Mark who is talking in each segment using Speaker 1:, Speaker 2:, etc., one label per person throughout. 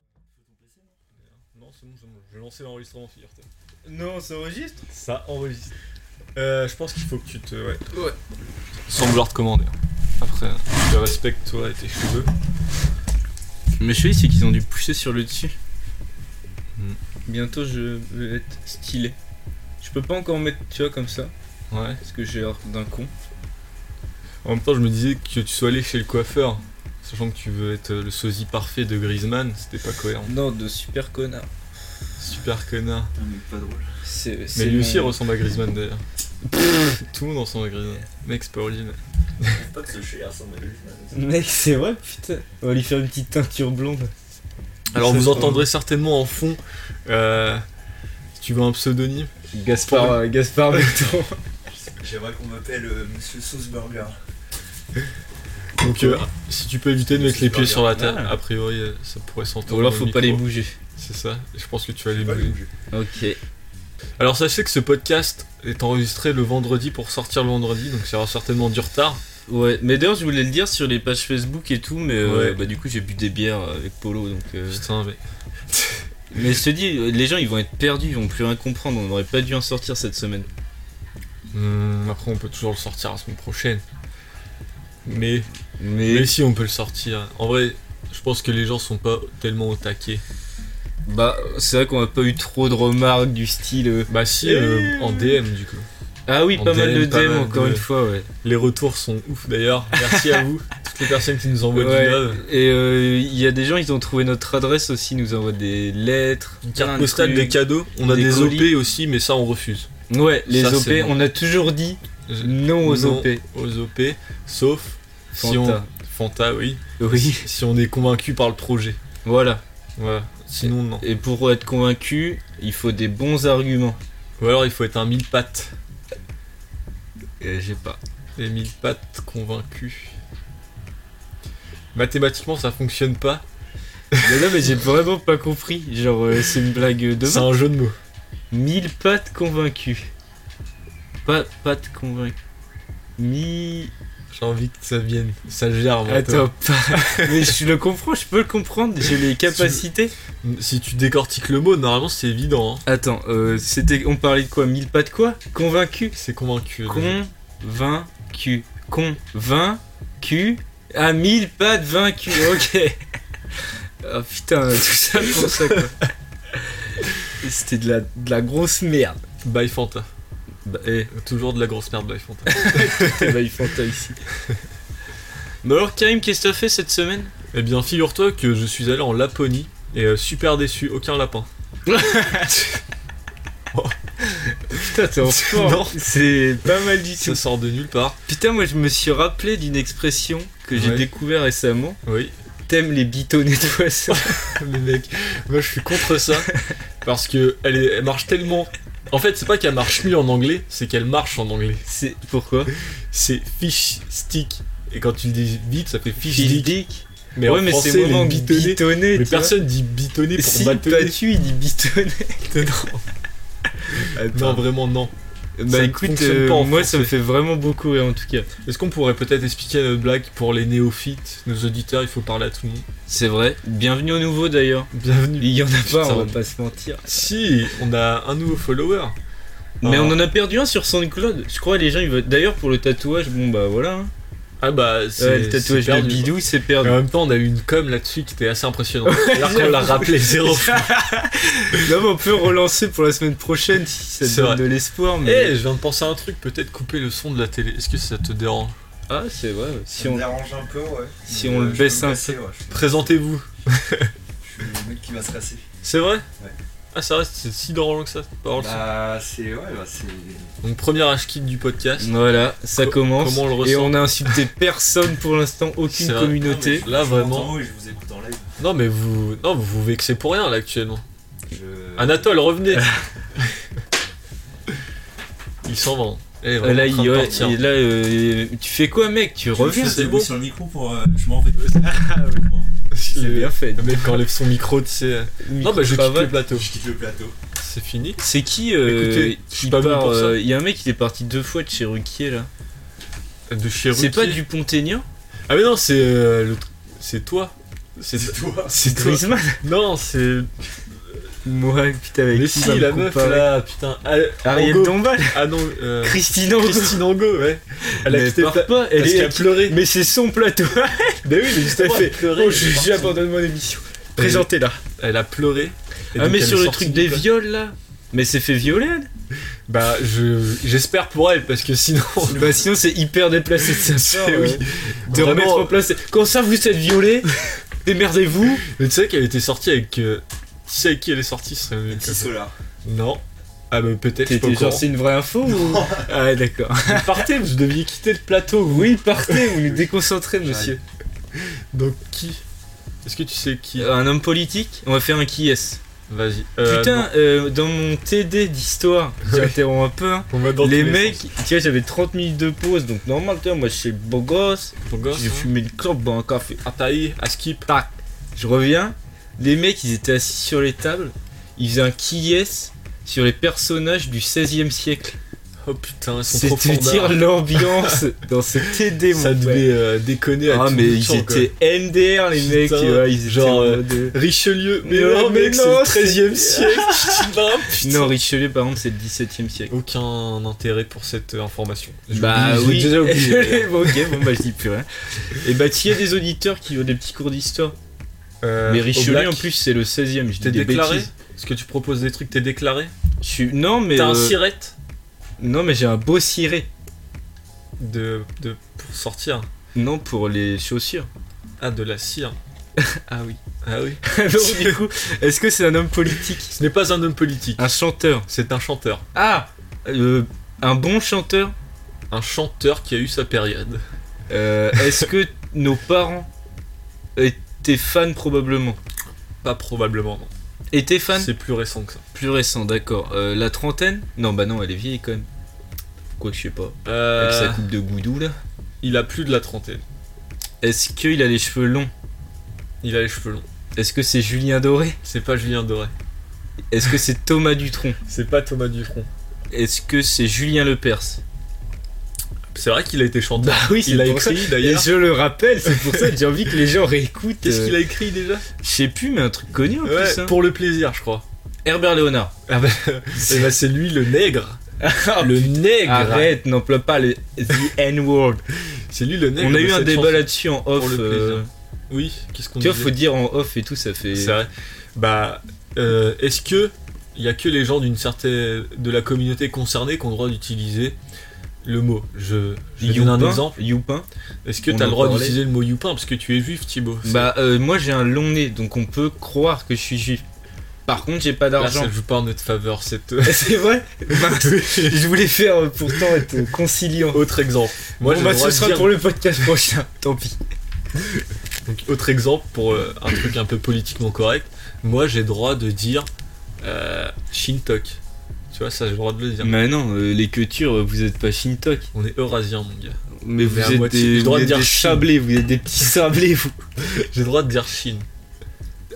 Speaker 1: Euh, Non, c'est bon, c'est bon. Je vais lancer l'enregistrement, figure-toi.
Speaker 2: Non, ça enregistre
Speaker 1: Ça enregistre. Euh, je pense qu'il faut que tu te. Ouais.
Speaker 2: Ouais.
Speaker 1: Sans vouloir te commander. hein. Après, je respecte toi et tes cheveux.
Speaker 2: Mais je te dis, c'est qu'ils ont dû pousser sur le dessus.
Speaker 1: Hmm.
Speaker 2: Bientôt, je vais être stylé. Je peux pas encore mettre, tu vois, comme ça,
Speaker 1: Ouais.
Speaker 2: parce que j'ai l'air d'un con.
Speaker 1: En même temps, je me disais que tu sois allé chez le coiffeur. Sachant que tu veux être le sosie parfait de Griezmann, c'était pas cohérent.
Speaker 2: Non, de super connard.
Speaker 1: Super connard.
Speaker 3: Un mec pas drôle.
Speaker 2: C'est, c'est
Speaker 1: Mais lui
Speaker 2: mon-
Speaker 1: aussi il ressemble à Griezmann d'ailleurs. Tout le monde ressemble à Griezmann. Mec, c'est pas original.
Speaker 3: Je trouve pas que ce chien ressemble à lui.
Speaker 2: Mec, c'est vrai, putain. On va lui faire une petite teinture blonde.
Speaker 1: Alors
Speaker 2: Ça,
Speaker 1: vous
Speaker 2: c'est
Speaker 1: entendrez certainement en fond. euh, si tu veux un pseudonyme
Speaker 2: Gaspard, euh, Gaspard Bertrand.
Speaker 3: J'aimerais qu'on m'appelle euh, Monsieur Sauce Burger.
Speaker 1: Donc euh, si tu peux éviter de mettre les
Speaker 3: Super
Speaker 1: pieds sur la table,
Speaker 2: bien.
Speaker 1: a priori euh, ça pourrait s'entendre.
Speaker 2: Bon, là,
Speaker 1: dans
Speaker 2: faut
Speaker 1: le
Speaker 2: pas les
Speaker 1: micro.
Speaker 2: bouger.
Speaker 1: C'est ça, Et je pense que tu vas les
Speaker 3: Pas
Speaker 1: bouger.
Speaker 3: lui.
Speaker 2: Ok.
Speaker 1: Alors sachez que ce podcast est enregistré le vendredi pour sortir le vendredi, donc ça aura certainement du retard.
Speaker 2: Ouais, mais d'ailleurs, je voulais le dire sur les pages Facebook et tout, mais euh,
Speaker 1: Ouais.
Speaker 2: bah, du coup, j'ai bu des bières avec Polo, donc. euh,
Speaker 1: Putain, hein, mais...
Speaker 2: Mais je te dis, les gens ils vont être perdus, ils vont plus rien comprendre, on n'aurait pas dû en sortir cette semaine.
Speaker 1: Hmm, après on peut toujours le sortir la semaine prochaine. Mais...
Speaker 2: Mais,
Speaker 1: Mais si on peut le sortir. En vrai, je pense que les gens sont pas tellement au taquet.
Speaker 2: bah c'est vrai qu'on a pas eu trop de remarques du style. euh,
Speaker 1: Bah si, euh, en DM du coup.
Speaker 2: Ah oui,
Speaker 1: En
Speaker 2: pas mal
Speaker 1: DM,
Speaker 2: de
Speaker 1: pas
Speaker 2: DM
Speaker 1: mal
Speaker 2: encore
Speaker 1: de-
Speaker 2: une fois, ouais.
Speaker 1: Les retours sont ouf d'ailleurs. Merci à vous, toutes les personnes qui nous envoient
Speaker 2: Ouais,
Speaker 1: du love.
Speaker 2: Et euh, il y a des gens, ils ont trouvé notre adresse aussi, ils nous envoient des lettres,
Speaker 1: Une
Speaker 2: plein
Speaker 1: carte
Speaker 2: de
Speaker 1: postale, des
Speaker 2: trucs.
Speaker 1: cadeaux. On a
Speaker 2: des
Speaker 1: des,
Speaker 2: colis.
Speaker 1: OP aussi, mais ça on refuse.
Speaker 2: Ouais, les
Speaker 1: Ça,
Speaker 2: OP,
Speaker 1: c'est bon.
Speaker 2: on a toujours dit
Speaker 1: Je-
Speaker 2: non aux
Speaker 1: Non.
Speaker 2: OP.
Speaker 1: Aux OP, sauf si
Speaker 2: Fanta.
Speaker 1: on. Fanta, oui.
Speaker 2: Oui,
Speaker 1: Si on est convaincu par le projet.
Speaker 2: voilà.
Speaker 1: Voilà. Sinon, non.
Speaker 2: Et pour être convaincu, il faut des bons arguments.
Speaker 1: Ou alors il faut être un mille pattes. Euh,
Speaker 2: Et j'ai pas.
Speaker 1: Les mille pattes convaincus. Mathématiquement, ça fonctionne pas.
Speaker 2: Mais non, mais j'ai vraiment pas compris. Genre, euh, c'est une blague de
Speaker 1: C'est un jeu de mots.
Speaker 2: Mille pattes convaincues. Pas pattes convaincues. Mi.
Speaker 1: J'ai envie que ça vienne. Ça gère.
Speaker 2: Attends, pas- mais je le comprends, je peux le comprendre, j'ai les
Speaker 1: tu veux-
Speaker 2: capacités.
Speaker 1: Si tu décortiques le mot, normalement c'est évident. hein.
Speaker 2: Attends, euh, c'était, on parlait de quoi Mille pattes quoi Convaincu.
Speaker 1: C'est convaincu.
Speaker 2: Convaincu. Convaincu. Ah, mille pattes vaincu, ok. oh putain, tout ça pour ça quoi. C'était de la, de la grosse merde.
Speaker 1: By Fanta.
Speaker 2: Bah, eh.
Speaker 1: Toujours de la grosse merde, by Fanta.
Speaker 2: T'es Bail Fanta ici. Mais alors Karim, qu'est-ce que t'as fait cette semaine
Speaker 1: eh bien, figure-toi que je suis allé en Laponie et euh, super déçu, aucun lapin.
Speaker 2: Putain, t'es
Speaker 1: en forme.
Speaker 2: C'est pas mal du
Speaker 1: Ça
Speaker 2: tout.
Speaker 1: sort de nulle part.
Speaker 2: Putain, moi je me suis rappelé d'une expression que j'ai
Speaker 1: Ouais.
Speaker 2: découvert récemment.
Speaker 1: Oui.
Speaker 2: T'aimes les bitonnets de poisson.
Speaker 1: Mais mec, moi je suis contre ça parce que elle, est- elle marche tellement. En fait, c'est pas qu'elle marche mieux en anglais, c'est qu'elle marche en anglais.
Speaker 2: C'est pourquoi
Speaker 1: C'est fish stick. Et quand tu le dis vite, ça fait fish
Speaker 2: Fish
Speaker 1: dick.
Speaker 2: dick.
Speaker 1: Mais
Speaker 2: ouais,
Speaker 1: en
Speaker 2: mais
Speaker 1: français,
Speaker 2: c'est vraiment
Speaker 1: les bitonnés-
Speaker 2: bitonné.
Speaker 1: Mais personne dit bitonné pour
Speaker 2: Si
Speaker 1: bâtonner.
Speaker 2: Patu, il dit bitonné.
Speaker 1: Non, vraiment, non.
Speaker 2: bah
Speaker 1: ça ne
Speaker 2: écoute,
Speaker 1: fonctionne
Speaker 2: euh,
Speaker 1: pas en
Speaker 2: moi ça me fait vraiment beaucoup rire en tout cas.
Speaker 1: Est-ce qu'on pourrait peut-être expliquer notre blague pour les néophytes, nos auditeurs Il faut parler à tout le monde.
Speaker 2: C'est vrai. Bienvenue au nouveau d'ailleurs. Il
Speaker 1: Bienvenue.
Speaker 2: y en a pas,
Speaker 1: Putain.
Speaker 2: on va pas se mentir.
Speaker 1: Si, on a un nouveau follower.
Speaker 2: Mais
Speaker 1: Ah.
Speaker 2: on en a perdu un sur SoundCloud. Je crois les gens ils veulent. D'ailleurs pour le tatouage, bon bah voilà. hein.
Speaker 1: Ah bah, c'est
Speaker 2: Ouais, le tatouage
Speaker 1: c'est
Speaker 2: de
Speaker 1: perdu,
Speaker 2: Bidou, c'est
Speaker 1: quoi.
Speaker 2: perdu.
Speaker 1: Mais en même temps, on a eu une com là-dessus qui était assez impressionnante. C'est-à-dire qu'on l'a
Speaker 2: J'avoue.
Speaker 1: rappelé zéro fois.
Speaker 2: Là, mais on peut relancer pour la semaine prochaine si ça te
Speaker 1: C'est vrai.
Speaker 2: donne de l'espoir.
Speaker 1: Eh,
Speaker 2: Mais...
Speaker 1: je viens de penser à un truc, peut-être couper le son de la télé. Est-ce que ça te dérange
Speaker 2: Ah, c'est vrai. ouais.
Speaker 3: Si
Speaker 2: Si
Speaker 3: on
Speaker 2: on...
Speaker 3: dérange un peu, ouais.
Speaker 2: si
Speaker 3: Mais,
Speaker 2: on le
Speaker 3: je peux
Speaker 2: baisse
Speaker 3: me
Speaker 2: un
Speaker 3: casser,
Speaker 2: peu.
Speaker 3: ouais, je-
Speaker 1: Présentez-vous.
Speaker 3: Je suis le mec qui va se casser.
Speaker 1: C'est vrai
Speaker 3: Ouais.
Speaker 1: Ah, ça reste, c'est si dérangeant que ça. c'est pas grave,
Speaker 3: Bah, c'est. Ouais, bah, c'est.
Speaker 1: ça. Donc, première hash kit du podcast.
Speaker 3: Mm.
Speaker 2: Voilà, ça
Speaker 1: Co-
Speaker 2: commence.
Speaker 1: Comment on le
Speaker 2: Et
Speaker 1: ressent
Speaker 2: on a insulté personne pour l'instant, aucune
Speaker 1: C'est vrai.
Speaker 2: communauté.
Speaker 1: Là,
Speaker 3: Je
Speaker 1: vraiment.
Speaker 3: m'entends haut et je vous écoute en live.
Speaker 1: Non, mais vous. Non, vous vous vexez pour rien là actuellement.
Speaker 3: Je-
Speaker 1: Anatole, revenez Il s'en va. Eh,
Speaker 2: Euh,
Speaker 1: vraiment
Speaker 2: Là,
Speaker 1: en train de
Speaker 2: il- ouais,
Speaker 1: partir.
Speaker 2: et là euh, tu fais quoi, mec Tu
Speaker 3: Je me
Speaker 2: reviens Ah,
Speaker 3: suis
Speaker 1: c'est
Speaker 3: debout
Speaker 1: bon.
Speaker 3: sur le micro pour. euh, Je m'en vais. Je
Speaker 2: C'est bien fait.
Speaker 1: Le mec enlève son micro, tu sais. Non, bah je quitte le
Speaker 2: Micro-cravate.
Speaker 1: plateau.
Speaker 3: quitte le plateau.
Speaker 1: C'est fini.
Speaker 2: C'est qui euh,
Speaker 1: Écoutez, je suis
Speaker 2: qui
Speaker 1: pas venu
Speaker 2: part
Speaker 1: pour ça.
Speaker 2: euh, Il y a un mec, il est parti deux fois de chez Ruquier là.
Speaker 1: De chez
Speaker 2: C'est pas
Speaker 1: Ruquier.
Speaker 2: du Ponténien
Speaker 1: Ah, mais non, c'est. euh, le tr- C'est toi. C'est
Speaker 3: C'est toi.
Speaker 1: C'est toi.
Speaker 2: Griezmann
Speaker 1: Non, c'est.
Speaker 2: Moi, putain, avec
Speaker 1: Mais
Speaker 2: qui
Speaker 1: si,
Speaker 2: va me
Speaker 1: la meuf
Speaker 2: comparer
Speaker 1: là, putain. Al-
Speaker 2: Ariel
Speaker 1: Ango.
Speaker 2: Dombal
Speaker 1: Ah non, euh,
Speaker 2: Christine Angot.
Speaker 1: Christine Angot, ouais. Elle a
Speaker 2: Mais
Speaker 1: quitté le
Speaker 2: pars
Speaker 1: pla-
Speaker 2: pas, elle
Speaker 1: parce qu'elle
Speaker 2: est...
Speaker 1: a pleuré.
Speaker 2: Mais c'est son plateau
Speaker 1: Bah oui, mais juste
Speaker 2: Ben Tout à fait. Oh,
Speaker 1: Pleuré,
Speaker 2: Bon,
Speaker 1: elle est
Speaker 2: je-
Speaker 1: partie.
Speaker 2: j'abandonne mon émission. Présentez-la.
Speaker 1: Elle a pleuré. et
Speaker 2: Ah,
Speaker 1: donc
Speaker 2: mais
Speaker 1: elle
Speaker 2: sur
Speaker 1: est
Speaker 2: le
Speaker 1: sortie
Speaker 2: truc
Speaker 1: du
Speaker 2: des
Speaker 1: plat.
Speaker 2: viols là Mais c'est fait violer elle
Speaker 1: Bah, je- j'espère pour elle, parce que sinon.
Speaker 2: Bah, sinon, c'est hyper déplacé de sa part.
Speaker 1: C'est- oui.
Speaker 2: ouais. De
Speaker 1: Vraiment. euh,
Speaker 2: remettre en place. Quand ça, vous êtes violé, démerdez-vous.
Speaker 1: Mais tu sais qu'elle était sortie avec. euh, Tu sais avec qui elle est sortie ce serait mieux que-
Speaker 3: Petit solar.
Speaker 1: Non. Ah, bah peut-être, je suis pas au
Speaker 2: T'étais genre,
Speaker 1: courant.
Speaker 2: c'est une vraie info ou. Ah, ouais, d'accord.
Speaker 1: Partez, vous deviez quitter le plateau, vous.
Speaker 2: Oui, partez, vous nous déconcentrez, monsieur.
Speaker 1: Donc, qui Est-ce que tu sais qui
Speaker 2: Un homme politique On va faire un qui est
Speaker 1: Euh, Vas-y. Euh, non.
Speaker 2: Putain, euh, dans mon TD d'histoire, j'interromps un peu. hein.
Speaker 1: On va dans
Speaker 2: les
Speaker 1: tous
Speaker 2: mecs,
Speaker 1: sens.
Speaker 2: tu vois, j'avais 30 minutes de pause, donc normal, tu vois, moi, je suis beau gosse,
Speaker 1: Ton gosse,
Speaker 2: j'ai
Speaker 1: hein Ah,
Speaker 2: fumé une clope dans un café.
Speaker 1: à taille, à skip.
Speaker 2: Tac, je reviens. Les mecs, ils étaient assis sur les tables, ils faisaient un qui est sur les personnages du 16e siècle.
Speaker 1: Oh putain, ils sont
Speaker 2: C'est
Speaker 1: trop
Speaker 2: te dire
Speaker 1: forts.
Speaker 2: l'ambiance dans ce TD, mon
Speaker 1: Ça
Speaker 2: pote.
Speaker 1: devait euh, déconner à
Speaker 2: Ah,
Speaker 1: tout
Speaker 2: mais
Speaker 1: bout de
Speaker 2: ils
Speaker 1: champ,
Speaker 2: étaient NDR, les mecs,
Speaker 1: Putain,
Speaker 2: tu vois, ils étaient
Speaker 1: genre,
Speaker 2: en
Speaker 1: euh,
Speaker 2: mode-
Speaker 1: quoi. Richelieu, mais,
Speaker 2: Mais
Speaker 1: oh,
Speaker 2: ouais, mais
Speaker 1: mec, c'est
Speaker 2: non,
Speaker 1: le 13 e siècle. tu te bats, putain.
Speaker 2: Non, Richelieu, par contre, c'est le 17e siècle.
Speaker 1: Aucun intérêt pour cette euh, information. Je l'ai-
Speaker 2: Bah
Speaker 1: je l'ai
Speaker 2: oui,
Speaker 1: déjà
Speaker 2: Je
Speaker 1: oublié.
Speaker 2: l'ai- bon, ok, bon bah je dis plus rien. Et bah s'il y a des auditeurs qui ont des petits cours d'histoire,
Speaker 1: Euh,
Speaker 2: mais
Speaker 1: Oblak,
Speaker 2: Richelieu en plus c'est le 16e, je dis
Speaker 1: T'es
Speaker 2: des
Speaker 1: déclaré
Speaker 2: bêtises.
Speaker 1: Est-ce que tu proposes des trucs, t'es déclaré
Speaker 2: Je suis... Non mais
Speaker 1: T'as un
Speaker 2: euh,
Speaker 1: sirette
Speaker 2: non mais j'ai un beau ciré.
Speaker 1: de, de- pour sortir.
Speaker 2: Non pour les chaussures.
Speaker 1: Ah, de la cire.
Speaker 2: Ah oui.
Speaker 1: Ah oui.
Speaker 2: Alors du coup, est-ce que c'est un homme politique
Speaker 1: Ce n'est pas un homme politique,
Speaker 2: Un chanteur.
Speaker 1: c'est un chanteur.
Speaker 2: Ah euh, Un bon chanteur
Speaker 1: Un chanteur qui a eu sa période.
Speaker 2: Euh, Est-ce que nos parents étaient fans probablement
Speaker 1: Pas probablement, non.
Speaker 2: Étaient fans
Speaker 1: C'est plus récent que ça.
Speaker 2: Plus récent, d'accord. Euh, la trentaine Non bah non elle est vieille quand même. Quoi que je sais pas. Avec
Speaker 1: Euh,
Speaker 2: sa coupe de goudou là.
Speaker 1: Il a plus de la trentaine.
Speaker 2: Est-ce qu'il a les cheveux longs
Speaker 1: Il a les cheveux longs.
Speaker 2: Est-ce que c'est Julien Doré
Speaker 1: C'est pas Julien Doré.
Speaker 2: Est-ce que c'est Thomas Dutronc
Speaker 1: C'est pas Thomas Dufron.
Speaker 2: Est-ce que c'est Julien Lepers
Speaker 1: C'est vrai qu'il a été chanteur.
Speaker 2: Bah oui,
Speaker 1: il a écrit
Speaker 2: Et
Speaker 1: d'ailleurs.
Speaker 2: je le rappelle, c'est pour ça que j'ai envie que les gens réécoutent.
Speaker 1: Qu'est-ce qu'il
Speaker 2: euh,
Speaker 1: a écrit déjà
Speaker 2: Je sais plus, mais un truc connu en
Speaker 1: Ouais,
Speaker 2: plus. hein.
Speaker 1: Pour le plaisir, je crois.
Speaker 2: Herbert Léonard.
Speaker 1: Ah bah, Ah, eh bah, c'est lui le nègre.
Speaker 2: Arrête,
Speaker 1: Le nègre.
Speaker 2: n'emploie pas le The N-word.
Speaker 1: C'est lui le nègre.
Speaker 2: On a
Speaker 1: de
Speaker 2: eu un
Speaker 1: cette
Speaker 2: débat
Speaker 1: chanson.
Speaker 2: là-dessus en off.
Speaker 1: Pour le plaisir.
Speaker 2: euh,
Speaker 1: Oui, qu'est-ce qu'on
Speaker 2: Tu vois,
Speaker 1: disait
Speaker 2: faut dire en off et tout, ça fait.
Speaker 1: C'est vrai. Bah, euh, est-ce que il y a que les gens d'une certaine de la communauté concernée qui ont le droit d'utiliser le mot Je, je vais donner un
Speaker 2: Youpin,
Speaker 1: exemple.
Speaker 2: Youpin.
Speaker 1: Est-ce que
Speaker 2: On
Speaker 1: t'as
Speaker 2: en
Speaker 1: le droit
Speaker 2: parlait.
Speaker 1: d'utiliser le mot youpin parce que tu es juif, Thibaut C'est-
Speaker 2: Bah, euh, moi j'ai un long nez, donc on peut croire que je suis juif. Par contre, j'ai pas
Speaker 1: Là,
Speaker 2: d'argent.
Speaker 1: ça joue pas en notre faveur cette.
Speaker 2: C'est vrai Mince. Je voulais faire euh, pourtant être conciliant.
Speaker 1: Autre exemple. Moi,
Speaker 2: bon,
Speaker 1: j'ai
Speaker 2: bah,
Speaker 1: le droit
Speaker 2: ce
Speaker 1: de
Speaker 2: sera
Speaker 1: dire-
Speaker 2: pour le podcast prochain. Tant pis.
Speaker 1: Donc, autre exemple pour euh, un truc un peu politiquement correct. Moi, j'ai le droit de dire euh, Shintok. Tu vois, ça, j'ai le droit de le dire.
Speaker 2: Mais non, euh, les cultures, euh, vous êtes pas Shintok.
Speaker 1: On est eurasien, mon gars.
Speaker 2: Mais vous
Speaker 1: Mais à
Speaker 2: êtes
Speaker 1: moitié. J'ai
Speaker 2: des,
Speaker 1: le droit
Speaker 2: vous
Speaker 1: de
Speaker 2: êtes
Speaker 1: dire
Speaker 2: des
Speaker 1: Shin.
Speaker 2: sablés, vous êtes des petits sablés, vous.
Speaker 1: J'ai le droit de dire Shin.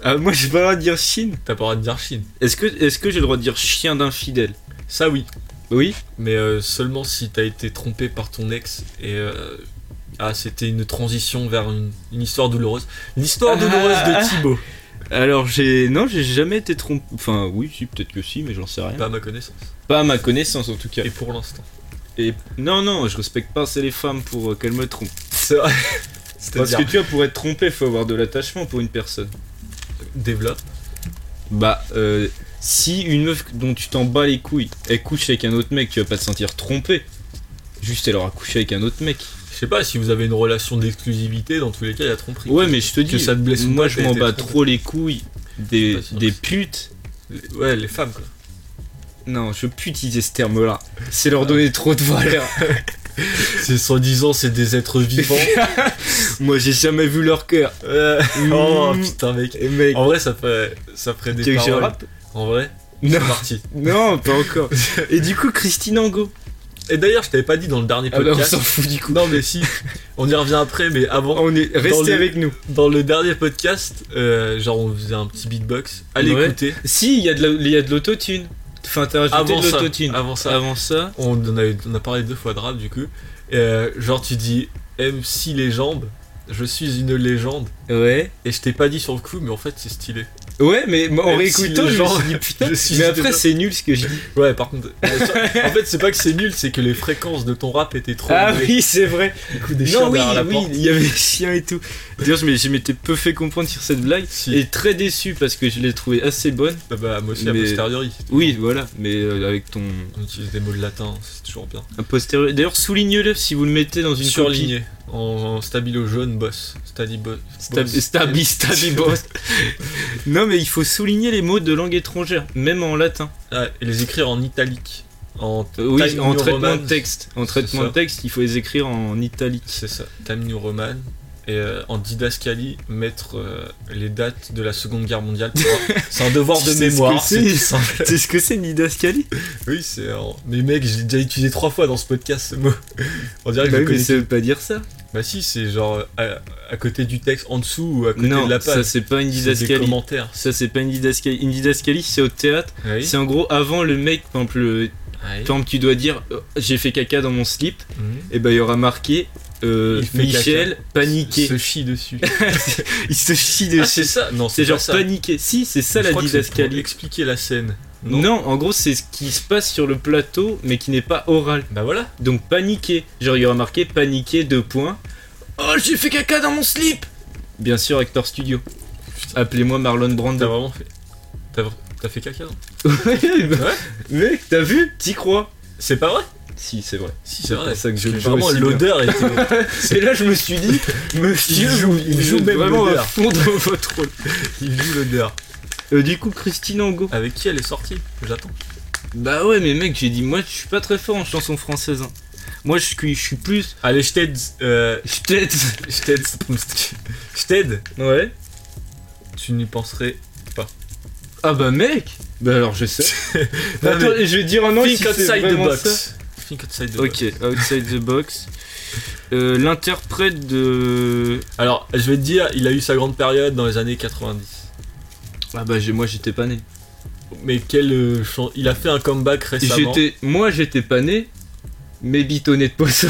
Speaker 2: Ah, moi j'ai pas le droit de dire Chine.
Speaker 1: T'as pas le droit de dire Shin.
Speaker 2: Est-ce que, est que j'ai le droit de dire chien d'infidèle
Speaker 1: Ça, oui.
Speaker 2: Oui
Speaker 1: Mais euh, seulement si t'as été trompé par ton ex et. euh, ah, c'était une transition vers une, une histoire douloureuse. L'histoire
Speaker 2: Ah.
Speaker 1: douloureuse de Thibaut.
Speaker 2: Alors j'ai. Non, j'ai jamais été trompé. Enfin, oui, si, peut-être que si, mais j'en sais rien.
Speaker 1: Pas à ma connaissance.
Speaker 2: Pas à ma connaissance en tout cas.
Speaker 1: Et pour l'instant.
Speaker 2: Et, non, non, je respecte pas assez les femmes pour euh, qu'elles me trompent.
Speaker 1: C'est vrai.
Speaker 2: Parce
Speaker 1: C'est-à-dire,
Speaker 2: que tu vois, pour être trompé, faut avoir de l'attachement pour une personne.
Speaker 1: développe.
Speaker 2: Bah, euh, si une meuf dont tu t'en bats les couilles, elle couche avec un autre mec, tu vas pas te sentir trompé. Juste, elle aura couché avec un autre mec.
Speaker 1: Je sais pas si vous avez une relation d'exclusivité, dans tous les cas, il y a tromperie.
Speaker 2: Ouais, mais je te dis,
Speaker 1: que ça te blesse ou
Speaker 2: moi
Speaker 1: pas,
Speaker 2: je
Speaker 1: t'as
Speaker 2: m'en
Speaker 1: été
Speaker 2: bats
Speaker 1: trompé.
Speaker 2: trop les couilles des,
Speaker 1: Je suis pas sûr
Speaker 2: des
Speaker 1: que
Speaker 2: putes.
Speaker 1: Les- Ouais, les femmes, quoi.
Speaker 2: Non, je peux plus utiliser ce terme-là. C'est leur donner trop de valeur.
Speaker 1: C'est soi-disant, c'est des êtres vivants.
Speaker 2: moi, j'ai jamais vu leur cœur.
Speaker 1: Euh, oh
Speaker 2: Mm.
Speaker 1: putain, mec.
Speaker 2: Et mec,
Speaker 1: En vrai, ça fait, ça ferait
Speaker 2: tu veux
Speaker 1: des
Speaker 2: que je
Speaker 1: paroles.
Speaker 2: rappe
Speaker 1: En vrai,
Speaker 2: Non,
Speaker 1: c'est parti.
Speaker 2: non, pas encore. Et du coup, Christine Angot.
Speaker 1: Et d'ailleurs, je t'avais pas dit dans le dernier
Speaker 2: Ah bah, on
Speaker 1: podcast.
Speaker 2: s'en fout du coup.
Speaker 1: non, mais si, on y revient après, mais avant.
Speaker 2: On est
Speaker 1: Dans
Speaker 2: resté
Speaker 1: le-
Speaker 2: avec nous.
Speaker 1: Dans le dernier podcast, euh, genre, on faisait un petit beatbox. Allez
Speaker 2: Ouais.
Speaker 1: écouter.
Speaker 2: Si, il y a de la- il y a de l'autotune. Enfin, t'as rajouté
Speaker 1: Avant
Speaker 2: de
Speaker 1: ça,
Speaker 2: l'autotune.
Speaker 1: avant ça,
Speaker 2: Avant ça,
Speaker 1: on, en a, on a parlé deux fois de rap, du coup. Euh, genre, tu dis, MC légende, je suis une légende.
Speaker 2: Ouais.
Speaker 1: Et je t'ai pas dit sur le coup, mais en fait, c'est stylé.
Speaker 2: Ouais, mais moi, en
Speaker 1: Même si
Speaker 2: réécoutant,
Speaker 1: les
Speaker 2: Oh, je me
Speaker 1: gens-
Speaker 2: suis dit putain.
Speaker 1: je suis
Speaker 2: mais
Speaker 1: sûr de
Speaker 2: après,
Speaker 1: ça.
Speaker 2: c'est nul ce que je dis.
Speaker 1: Ouais, par contre. en fait, c'est pas que c'est nul, c'est que les fréquences de ton rap étaient trop.
Speaker 2: Ah
Speaker 1: élevées.
Speaker 2: oui, c'est vrai.
Speaker 1: Du coup, des chiens
Speaker 2: Non, oui,
Speaker 1: derrière la
Speaker 2: oui,
Speaker 1: porte.
Speaker 2: il y avait des chiens et tout. D'ailleurs, je m'ai- je m'étais peu fait comprendre sur cette blague.
Speaker 1: Si.
Speaker 2: Et très déçu parce que je l'ai trouvée assez bonne.
Speaker 1: Bah, bah, moi aussi, a
Speaker 2: Mais-
Speaker 1: posteriori.
Speaker 2: Oui, voilà, mais euh, avec ton.
Speaker 1: On utilise des mots de latin, c'est toujours bien.
Speaker 2: un postérieur. D'ailleurs, soulignez-le si vous le mettez dans une copie.
Speaker 1: Surligné, en, en stabilo jaune, boss. Stadi boss.
Speaker 2: Stab- Stabi, stabi, boss. non, mais il faut souligner les mots de langue étrangère, même en latin.
Speaker 1: Ah, et les écrire en italique. En
Speaker 2: Euh, oui,
Speaker 1: Time
Speaker 2: en
Speaker 1: New
Speaker 2: traitement
Speaker 1: Roman.
Speaker 2: de texte. En
Speaker 1: C'est
Speaker 2: traitement
Speaker 1: ça.
Speaker 2: de texte, il faut les écrire en italique.
Speaker 1: C'est ça, Time New Roman. Et euh, en didascalie, mettre euh, les dates de la Seconde Guerre mondiale. pour- C'est un devoir
Speaker 2: Tu
Speaker 1: de
Speaker 2: sais ce
Speaker 1: mémoire.
Speaker 2: que
Speaker 1: C'est
Speaker 2: c'est
Speaker 1: tout simple.
Speaker 2: Tu sais ce que c'est, Nidascali
Speaker 1: Oui, c'est. en- Mais mec, j'ai déjà utilisé trois fois dans ce podcast ce mot. On dirait que
Speaker 2: Bah
Speaker 1: je
Speaker 2: oui, mais
Speaker 1: connais-
Speaker 2: ça veut pas dire ça.
Speaker 1: Bah si, c'est genre euh, à, à côté du texte, en dessous ou à côté
Speaker 2: Non,
Speaker 1: de la
Speaker 2: ça
Speaker 1: page.
Speaker 2: c'est pas une
Speaker 1: C'est des
Speaker 2: didascalie.
Speaker 1: commentaires. Ah
Speaker 2: Ça c'est pas une didascalie. Une didascalie, c'est au théâtre.
Speaker 1: Oui. Ah
Speaker 2: C'est en gros avant le mec, par exemple, le-
Speaker 1: Oui.
Speaker 2: par exemple, tu dois dire euh, j'ai fait caca dans mon slip,
Speaker 1: Mhm.
Speaker 2: et ben il y aura marqué euh,
Speaker 1: Il fait
Speaker 2: Michel paniqué.
Speaker 1: Se chie dessus.
Speaker 2: il se chie dessus.
Speaker 1: Ah, c'est ça Non,
Speaker 2: c'est
Speaker 1: pas
Speaker 2: genre
Speaker 1: ça.
Speaker 2: paniqué. Si, c'est ça
Speaker 1: Je
Speaker 2: la
Speaker 1: crois que c'est pour
Speaker 2: didascalie.
Speaker 1: Expliquer la scène.
Speaker 2: Non. en gros, c'est ce qui se passe sur le plateau, mais qui n'est pas oral.
Speaker 1: Bah voilà.
Speaker 2: Donc paniqué. Genre, il y aura marqué paniqué, deux points. Oh, j'ai fait caca dans mon slip Bien sûr, Actor Studio.
Speaker 1: Putain.
Speaker 2: Appelez-moi Marlon
Speaker 1: T'as
Speaker 2: Brando.
Speaker 1: vraiment fait. T'as t'as fait caca non
Speaker 2: Ouais, bah,
Speaker 1: Ouais.
Speaker 2: Mec, t'as vu T'y crois
Speaker 1: C'est pas vrai
Speaker 2: Si, c'est vrai.
Speaker 1: Si,
Speaker 2: C'est pour ça que je
Speaker 1: Parce
Speaker 2: le joue
Speaker 1: Vraiment,
Speaker 2: aussi
Speaker 1: l'odeur était.
Speaker 2: Et là, je me suis dit, monsieur,
Speaker 1: Il joue-
Speaker 2: vous-
Speaker 1: il
Speaker 2: vous
Speaker 1: joue
Speaker 2: êtes
Speaker 1: même
Speaker 2: vraiment
Speaker 1: l'odeur.
Speaker 2: à fond dans votre rôle.
Speaker 1: Il joue l'odeur.
Speaker 2: Euh, du coup, Christine Angot.
Speaker 1: Avec qui elle est sortie J'attends.
Speaker 2: Bah ouais, mais mec, j'ai dit, moi, je suis pas très fort en chanson française. hein. Moi, je suis, je suis plus.
Speaker 1: Allez, je t'aide. euh,
Speaker 2: Je t'aide.
Speaker 1: Je t'aide. Je t'aide.
Speaker 2: Ouais.
Speaker 1: Tu n'y penserais.
Speaker 2: Ah bah mec. Bah alors, je sais.
Speaker 1: Non,
Speaker 2: Attends,
Speaker 1: mais-
Speaker 2: et je vais dire un nom si
Speaker 1: Think
Speaker 2: c'est
Speaker 1: outside the
Speaker 2: vraiment ça.
Speaker 1: box. Think outside the box.
Speaker 2: Ok, outside the box. Euh, L'interprète de.
Speaker 1: Alors, je vais te dire, il a eu sa grande période dans les années 90.
Speaker 2: Ah bah j'ai- moi j'étais pas né.
Speaker 1: Mais quel euh, chan- il a fait un comeback récemment.
Speaker 2: J'étais, moi j'étais pas né, mais bitonné de poisson.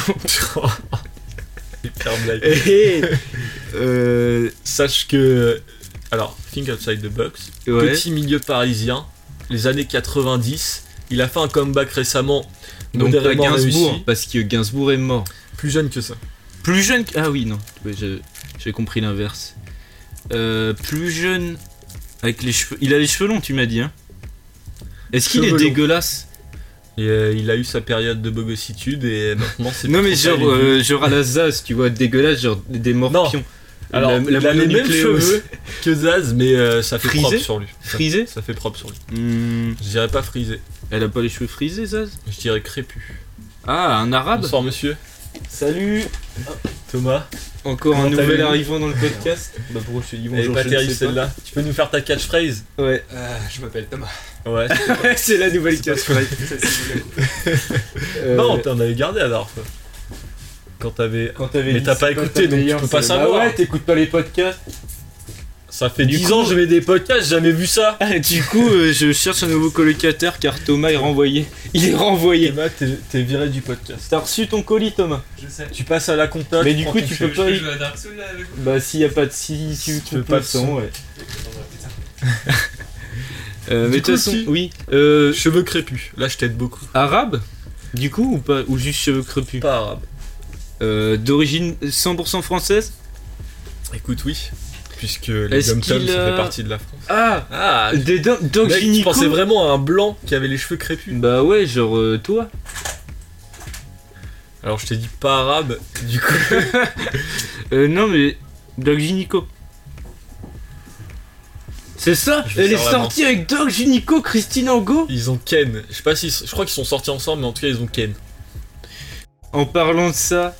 Speaker 1: Hyper blague.
Speaker 2: Et, euh,
Speaker 1: Sache que alors Think outside the box,
Speaker 2: ouais.
Speaker 1: petit milieu parisien, les années 90, il a fait un comeback récemment
Speaker 2: Donc pas
Speaker 1: modérément
Speaker 2: Gainsbourg,
Speaker 1: réussi.
Speaker 2: parce que Gainsbourg est mort.
Speaker 1: Plus jeune que ça.
Speaker 2: Plus jeune que... Ah oui, non, Ouais, je- j'ai compris l'inverse. Euh, plus jeune, avec les cheveux... Il a les cheveux longs, tu m'as dit, hein Est-ce qu'il est
Speaker 1: Cheveux longs.
Speaker 2: dégueulasse
Speaker 1: Et euh, il a eu sa période de bogossitude et maintenant c'est
Speaker 2: Non mais
Speaker 1: pour ça,
Speaker 2: genre,
Speaker 1: il est
Speaker 2: euh, genre à la Zaz, tu vois, dégueulasse, genre des morpions.
Speaker 1: Alors,
Speaker 2: la- la
Speaker 1: il a les mêmes
Speaker 2: mononucléose.
Speaker 1: cheveux que Zaz, mais euh, ça fait
Speaker 2: Frisé
Speaker 1: propre sur lui. Ça-
Speaker 2: Frisé
Speaker 1: Ça fait propre sur lui.
Speaker 2: Hmm,
Speaker 1: Je dirais pas frisé,
Speaker 2: Elle a pas les cheveux frisés, Zaz
Speaker 1: je dirais crépu.
Speaker 2: Ah, un arabe
Speaker 1: Bonsoir monsieur.
Speaker 2: Salut
Speaker 1: Thomas,
Speaker 2: Encore
Speaker 1: Comment
Speaker 2: un
Speaker 1: t'as
Speaker 2: nouvel
Speaker 1: vu
Speaker 2: arrivant dans le podcast. bah pourquoi je te dis
Speaker 1: elle est
Speaker 2: bonjour,
Speaker 1: pas
Speaker 2: je ne
Speaker 1: terrible
Speaker 2: sais pas. Ah,
Speaker 1: celle-là. Tu peux nous faire ta catchphrase
Speaker 2: Ouais.
Speaker 3: Euh, je m'appelle Thomas.
Speaker 1: Ouais.
Speaker 2: c'est la nouvelle
Speaker 1: C'est pas
Speaker 2: case.
Speaker 3: Ça, c'est cool.
Speaker 2: Euh,
Speaker 1: Non, t'en avais gardé la dernière fois. Quand t'avais.
Speaker 2: quand t'avais
Speaker 1: Mais
Speaker 2: dit,
Speaker 1: t'as pas
Speaker 2: c'est quoi
Speaker 1: écouté,
Speaker 2: ta
Speaker 1: donc tu
Speaker 2: meilleure,
Speaker 1: peux pas
Speaker 2: c'est-
Speaker 1: savoir.
Speaker 2: Bah ouais, t'écoutes pas les podcasts.
Speaker 1: Ça fait
Speaker 2: Du
Speaker 1: 10
Speaker 2: coup-
Speaker 1: ans je mets des podcasts, j'ai jamais vu ça.
Speaker 2: du coup, euh, je cherche un nouveau colocataire car Thomas est renvoyé. Il est renvoyé.
Speaker 1: Thomas, t'es t'es viré du podcast.
Speaker 2: T'as reçu ton colis, Thomas
Speaker 3: Je sais.
Speaker 1: Tu passes à la compta.
Speaker 2: Mais du
Speaker 1: prends
Speaker 2: coup,
Speaker 1: ton
Speaker 2: tu
Speaker 1: cheveu.
Speaker 2: peux pas.
Speaker 3: Je joue à Dark Souls là avec vous.
Speaker 2: Bah, s'il y a pas de si, tu,
Speaker 1: Si
Speaker 2: tu
Speaker 1: tu
Speaker 2: peux
Speaker 1: veux pas de
Speaker 2: pas le
Speaker 1: son.
Speaker 2: son, ouais.
Speaker 3: Putain.
Speaker 2: Euh, mais de
Speaker 1: coup,
Speaker 2: toute façon,
Speaker 1: si.
Speaker 2: oui. Euh,
Speaker 1: Cheveux crépus. Là, je t'aide beaucoup.
Speaker 2: arabe Du coup, ou pas Ou juste cheveux crépus
Speaker 1: Pas arabe.
Speaker 2: Euh, D'origine 100% française
Speaker 1: Écoute, oui. Puisque les
Speaker 2: Est-ce
Speaker 1: dom ça
Speaker 2: qu'il
Speaker 1: fait
Speaker 2: a-
Speaker 1: partie de la France.
Speaker 2: Ah
Speaker 1: Ah
Speaker 2: Des dents- donc
Speaker 1: Mec, tu
Speaker 2: gynéco
Speaker 1: pensais vraiment à un blanc qui avait les cheveux crépus.
Speaker 2: Bah ouais, genre euh, toi.
Speaker 1: Alors je t'ai dit pas arabe, du coup.
Speaker 2: Euh, non mais Doc Gynico. C'est ça
Speaker 1: Je vais
Speaker 2: Elle est
Speaker 1: faire la
Speaker 2: sortie avec Doc Gynico, Christine Angot
Speaker 1: Ils ont Ken. Je sais pas si. Je crois qu'ils sont sortis ensemble, mais en tout cas ils ont Ken.
Speaker 2: En parlant de ça,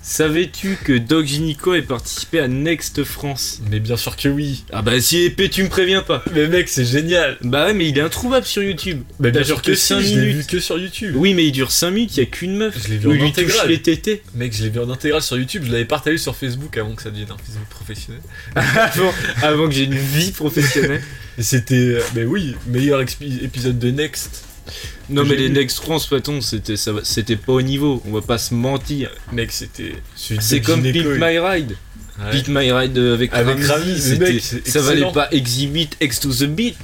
Speaker 2: savais-tu que Doc Gynico est participé à Next France
Speaker 1: Mais bien sûr que oui.
Speaker 2: Ah bah si épée, tu me préviens pas.
Speaker 1: Mais mec, c'est génial.
Speaker 2: Bah ouais, mais il est introuvable sur YouTube.
Speaker 1: Mais Bah, bien
Speaker 2: T'as
Speaker 1: sûr
Speaker 2: vu
Speaker 1: que
Speaker 2: que
Speaker 1: si,
Speaker 2: cinq
Speaker 1: je l'ai
Speaker 2: minutes.
Speaker 1: vu que sur YouTube.
Speaker 2: Oui, mais il dure 5 minutes, il y a qu'une meuf.
Speaker 1: Je l'ai vu
Speaker 2: Où
Speaker 1: en
Speaker 2: il lui touche
Speaker 1: intégrale.
Speaker 2: les tétés.
Speaker 1: Mec, je l'ai vu en intégrale sur YouTube, je l'avais partagé sur Facebook avant que ça devienne un Facebook professionnel.
Speaker 2: avant, avant que j'ai une vie professionnelle.
Speaker 1: Et c'était. euh, Mais oui, meilleur expi- épisode de Next.
Speaker 2: Non mais
Speaker 1: J'ai
Speaker 2: les
Speaker 1: vu.
Speaker 2: Next France, patron, c'était ça va- c'était pas au niveau, on va pas se mentir.
Speaker 1: Mec, c'était. celui de
Speaker 2: C'est comme
Speaker 1: Gynéco,
Speaker 2: Pimp
Speaker 1: il-
Speaker 2: My Ride.
Speaker 1: Ouais.
Speaker 2: Beat My Ride euh, avec,
Speaker 1: Avec
Speaker 2: Ramsey,
Speaker 1: Ramsey, le
Speaker 2: c'était-
Speaker 1: mec, c'est
Speaker 2: ça valait
Speaker 1: excellent.
Speaker 2: pas Exhibit X to the Beat.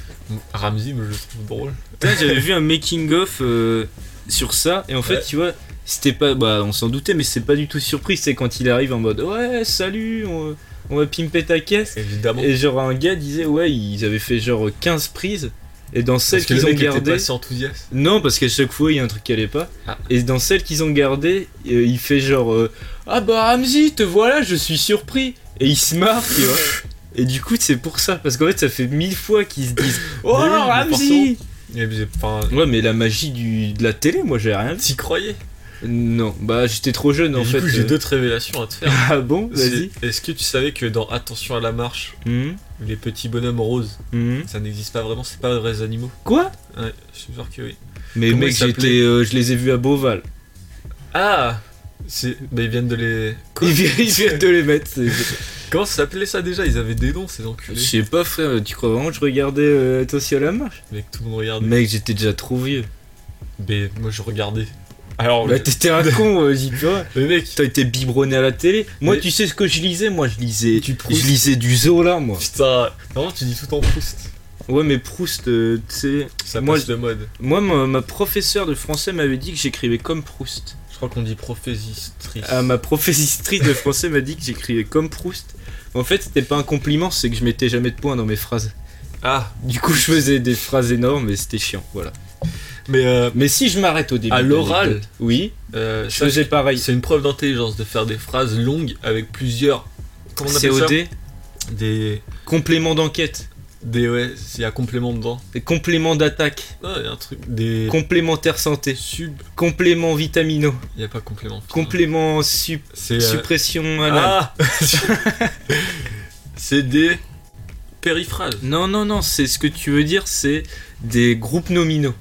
Speaker 1: Ramsey, mais je le trouve drôle.
Speaker 2: Putain, J'avais vu un making of euh, sur ça et en fait
Speaker 1: Ouais.
Speaker 2: tu vois c'était pas bah on s'en doutait mais c'est pas du tout surpris c'est quand il arrive en mode ouais salut on, on va pimper ta caisse
Speaker 1: Évidemment.
Speaker 2: et genre un gars disait ouais ils avaient fait genre 15 prises et dans celles
Speaker 1: Parce que le
Speaker 2: qu'ils ont
Speaker 1: mec était
Speaker 2: gardées
Speaker 1: pas si enthousiaste.
Speaker 2: non parce qu'à chaque fois il y a un truc qui allait pas
Speaker 1: Ah.
Speaker 2: et dans celles qu'ils ont gardées euh, il fait genre euh, ah bah Ramzi te voilà je suis surpris et il se marre tu vois et du coup c'est pour ça parce qu'en fait ça fait mille fois qu'ils se disent oh
Speaker 1: Mais oui, mais
Speaker 2: Ramzi
Speaker 1: Il abusait- Enfin,
Speaker 2: Ouais, mais la magie du, de la télé, moi j'ai rien dit.
Speaker 1: t'y croyais.
Speaker 2: Non, bah j'étais trop jeune
Speaker 1: Et
Speaker 2: en
Speaker 1: du
Speaker 2: fait.
Speaker 1: coup, j'ai
Speaker 2: euh.
Speaker 1: d'autres révélations à te faire.
Speaker 2: Ah bon, vas-y.
Speaker 1: C'est- Est-ce que tu savais que dans Attention à la marche,
Speaker 2: Hum,
Speaker 1: les petits bonhommes roses,
Speaker 2: hum.
Speaker 1: ça n'existe pas vraiment, c'est pas de vrais animaux
Speaker 2: Quoi
Speaker 1: Ouais, je suis sûr que oui.
Speaker 2: Mais
Speaker 1: Comment
Speaker 2: mec,
Speaker 1: ils s'appelaient
Speaker 2: j'étais, euh, je les ai vus à Beauval.
Speaker 1: Ah c'est... Bah, ils viennent de les.
Speaker 2: Ils viennent- ils viennent de les mettre. c'est-
Speaker 1: Comment ça s'appelait ça déjà Ils avaient des noms, ces
Speaker 2: Je
Speaker 1: enculés.
Speaker 2: sais pas, frère, tu crois vraiment que je regardais euh, Attention à la marche
Speaker 1: Mec, tout le monde regardait.
Speaker 2: Mec, j'étais déjà trop vieux.
Speaker 1: Mais moi, je regardais. Alors,
Speaker 2: Bah t'étais un con, euh, dis toi.
Speaker 1: le mec.
Speaker 2: T'as été biberonné à la télé. Moi,
Speaker 1: Mais-
Speaker 2: tu sais ce que je lisais Moi, je lisais.
Speaker 1: Tu Proust.
Speaker 2: je lisais du Zola, moi.
Speaker 1: Putain, vraiment, tu dis tout en Proust.
Speaker 2: Ouais, mais Proust, euh, tu sais.
Speaker 1: Ça
Speaker 2: Moi,
Speaker 1: passe de mode.
Speaker 2: Moi, ma, ma professeure de français m'avait dit que j'écrivais comme Proust.
Speaker 1: Je crois qu'on dit prophésistrice.
Speaker 2: Ah, ma professistrice de français m'a dit que j'écrivais comme Proust. En fait, c'était pas un compliment, c'est que je mettais jamais de points dans mes phrases.
Speaker 1: Ah,
Speaker 2: Du coup, je faisais des phrases énormes et c'était chiant, voilà.
Speaker 1: mais euh,
Speaker 2: Mais si je m'arrête au début.
Speaker 1: À
Speaker 2: de
Speaker 1: l'oral
Speaker 2: l'anecdote, Oui,
Speaker 1: euh,
Speaker 2: je
Speaker 1: ça,
Speaker 2: faisais pareil.
Speaker 1: c'est une preuve d'intelligence de faire des phrases longues avec plusieurs. Comment on appelle ça
Speaker 2: COD,
Speaker 1: Des.
Speaker 2: complément d'enquête,
Speaker 1: Des. Ouais, il y a complément dedans.
Speaker 2: et complément d'attaque,
Speaker 1: Non, il y a un truc. Des.
Speaker 2: complémentaire santé,
Speaker 1: sub.
Speaker 2: complément vitamino,
Speaker 1: Il n'y a pas complément. putain.
Speaker 2: complément sup-
Speaker 1: C'est. euh,
Speaker 2: suppression anale.
Speaker 1: Ah C'est des. Périphrases.
Speaker 2: Non, non, non, c'est ce que tu veux dire, c'est des groupes nominaux.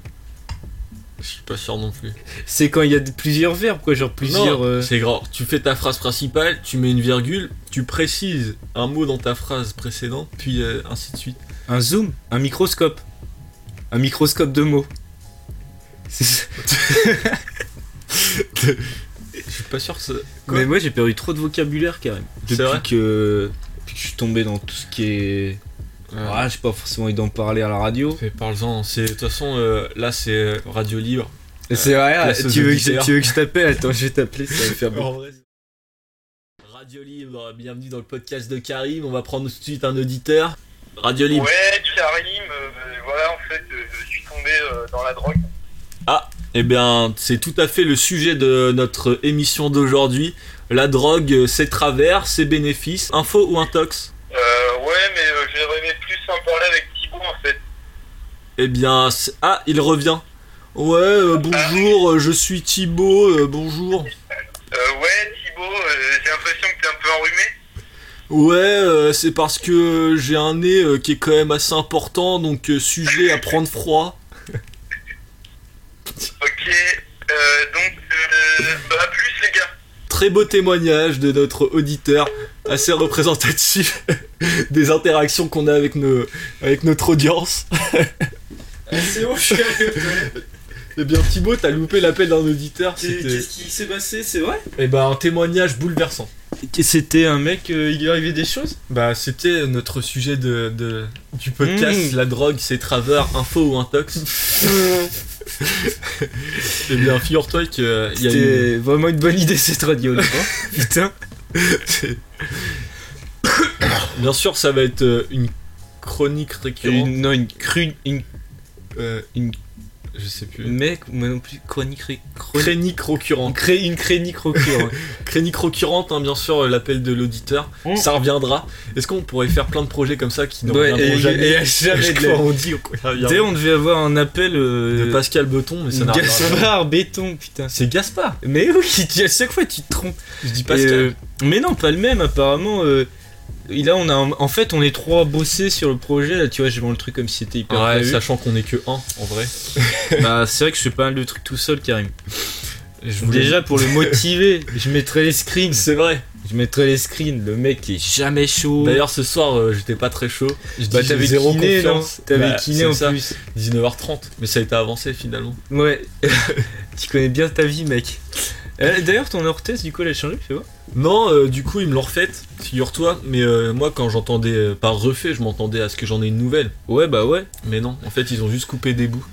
Speaker 1: Je suis pas sûr non plus.
Speaker 2: C'est quand il y a de- plusieurs verbes, quoi, genre plusieurs.
Speaker 1: Non,
Speaker 2: euh,
Speaker 1: c'est grand. Tu fais ta phrase principale, tu mets une virgule, tu précises un mot dans ta phrase précédente, puis euh, ainsi de suite.
Speaker 2: Un zoom Un microscope Un microscope de mots C'est ça.
Speaker 1: Je suis pas sûr que ça... Quoi
Speaker 2: Mais moi j'ai perdu trop de vocabulaire quand même.
Speaker 1: C'est vrai
Speaker 2: Depuis que, depuis que je suis tombé dans tout ce qui est. Ah, j'ai pas forcément envie d'en parler à la radio.
Speaker 1: Mais parle-en, c'est de toute façon euh, là c'est euh, radio libre.
Speaker 2: C'est vrai,
Speaker 1: place aux
Speaker 2: tu veux, que je,
Speaker 1: auditeurs.
Speaker 2: tu veux que je t'appelle Attends, je vais t'appeler, ça va faire bon.
Speaker 1: Radio libre, bienvenue dans le podcast de Karim, on va prendre tout de suite un auditeur. Radio libre.
Speaker 4: Ouais, Karim, euh, euh, voilà, en fait, euh, je suis tombé euh, dans la drogue.
Speaker 1: Eh bien, c'est tout à fait le sujet de notre émission d'aujourd'hui. La drogue, euh, ses travers, ses bénéfices, info ou intox
Speaker 4: Euh, ouais, mais euh, j'aimerais bien plus en parler avec Thibaut, en fait.
Speaker 1: Eh bien, c'est- ah, il revient. Ouais, euh, bonjour, euh, je suis Thibaut, euh, bonjour.
Speaker 4: Euh, ouais, Thibaut, euh, j'ai l'impression que t'es un peu enrhumé.
Speaker 1: Ouais, euh, c'est parce que j'ai un nez euh, qui est quand même assez important, donc euh, sujet à prendre froid.
Speaker 4: Ok, euh, donc, euh, bah, à plus, les gars.
Speaker 1: Très beau témoignage de notre auditeur, assez représentatif des interactions qu'on a avec, nos, avec notre audience.
Speaker 2: C'est bon, je suis
Speaker 1: Eh bien, Thibaut, t'as loupé l'appel d'un auditeur. c'était-
Speaker 2: qui s'est passé C'est vrai
Speaker 1: Eh ben, un témoignage bouleversant.
Speaker 2: C'était un mec, euh, il lui arrivait des choses
Speaker 1: Bah, c'était notre sujet de, de- du podcast,
Speaker 2: Mmh.
Speaker 1: la drogue, ses travers, info ou intox. Eh bien, figure-toi qu'il y a eu...
Speaker 2: C'était vraiment une bonne idée cette radio là. Putain.
Speaker 1: Bien sûr, ça va être euh, une chronique récurrente.
Speaker 2: Une, non, une crue. Une,
Speaker 1: Euh,
Speaker 2: une
Speaker 1: je sais plus.
Speaker 2: Mec, moi non plus, chronique, ré- chronique.
Speaker 1: Chronique
Speaker 2: On
Speaker 1: récurrente.
Speaker 2: crée une chronique
Speaker 1: hein.
Speaker 2: recurrente.
Speaker 1: Chronique récurrente, hein, bien sûr, euh, l'appel de l'auditeur.
Speaker 2: Mm.
Speaker 1: Ça reviendra. Est-ce qu'on pourrait faire plein de projets comme ça qui ne
Speaker 2: Ouais,
Speaker 1: reviendront
Speaker 2: et-
Speaker 1: jamais
Speaker 2: et à jamais
Speaker 1: Je
Speaker 2: de
Speaker 1: crois
Speaker 2: la-
Speaker 1: on dit qu'on reviendra.
Speaker 2: Dès on devait avoir un appel euh,
Speaker 1: De Pascal Beton, mais ça n'a rien à voir.
Speaker 2: Gaspard Béton, putain.
Speaker 1: C'est Gaspard.
Speaker 2: Mais oui, tu- à chaque fois tu te trompes.
Speaker 1: Je dis
Speaker 2: Et,
Speaker 1: Pascal.
Speaker 2: euh, mais non, pas le même apparemment. euh, et là, on a un- en fait, on est trois bossés sur le projet. Là, tu vois, je vends le truc comme si c'était hyper
Speaker 1: Ouais,
Speaker 2: prévu.
Speaker 1: sachant qu'on est que un en vrai.
Speaker 2: Bah, c'est vrai que je fais pas mal de trucs tout seul, Karim.
Speaker 1: Et je voulais-
Speaker 2: Déjà pour le motiver, je mettrai les screens.
Speaker 1: c'est vrai.
Speaker 2: Je mettrai les screens. Le mec est jamais chaud.
Speaker 1: D'ailleurs, ce soir, euh, j'étais pas très chaud. Je
Speaker 2: bah
Speaker 1: dis,
Speaker 2: t'avais
Speaker 1: j'ai zéro
Speaker 2: kiné, non
Speaker 1: confiance.
Speaker 2: T'avais
Speaker 1: Bah,
Speaker 2: kiné
Speaker 1: c'est
Speaker 2: en
Speaker 1: ça,
Speaker 2: plus.
Speaker 1: 19h30, mais ça a été avancé finalement.
Speaker 2: Ouais, tu connais bien ta vie, mec. Euh, D'ailleurs, ton orthèse, du coup, elle a changé, tu vois
Speaker 1: Non, euh, du coup, ils me l'ont refaite, figure-toi. Mais euh, moi, quand j'entendais, euh, pas refait, je m'entendais à ce que j'en ai une nouvelle.
Speaker 2: Ouais, bah ouais.
Speaker 1: Mais non, en fait, ils ont juste coupé des bouts.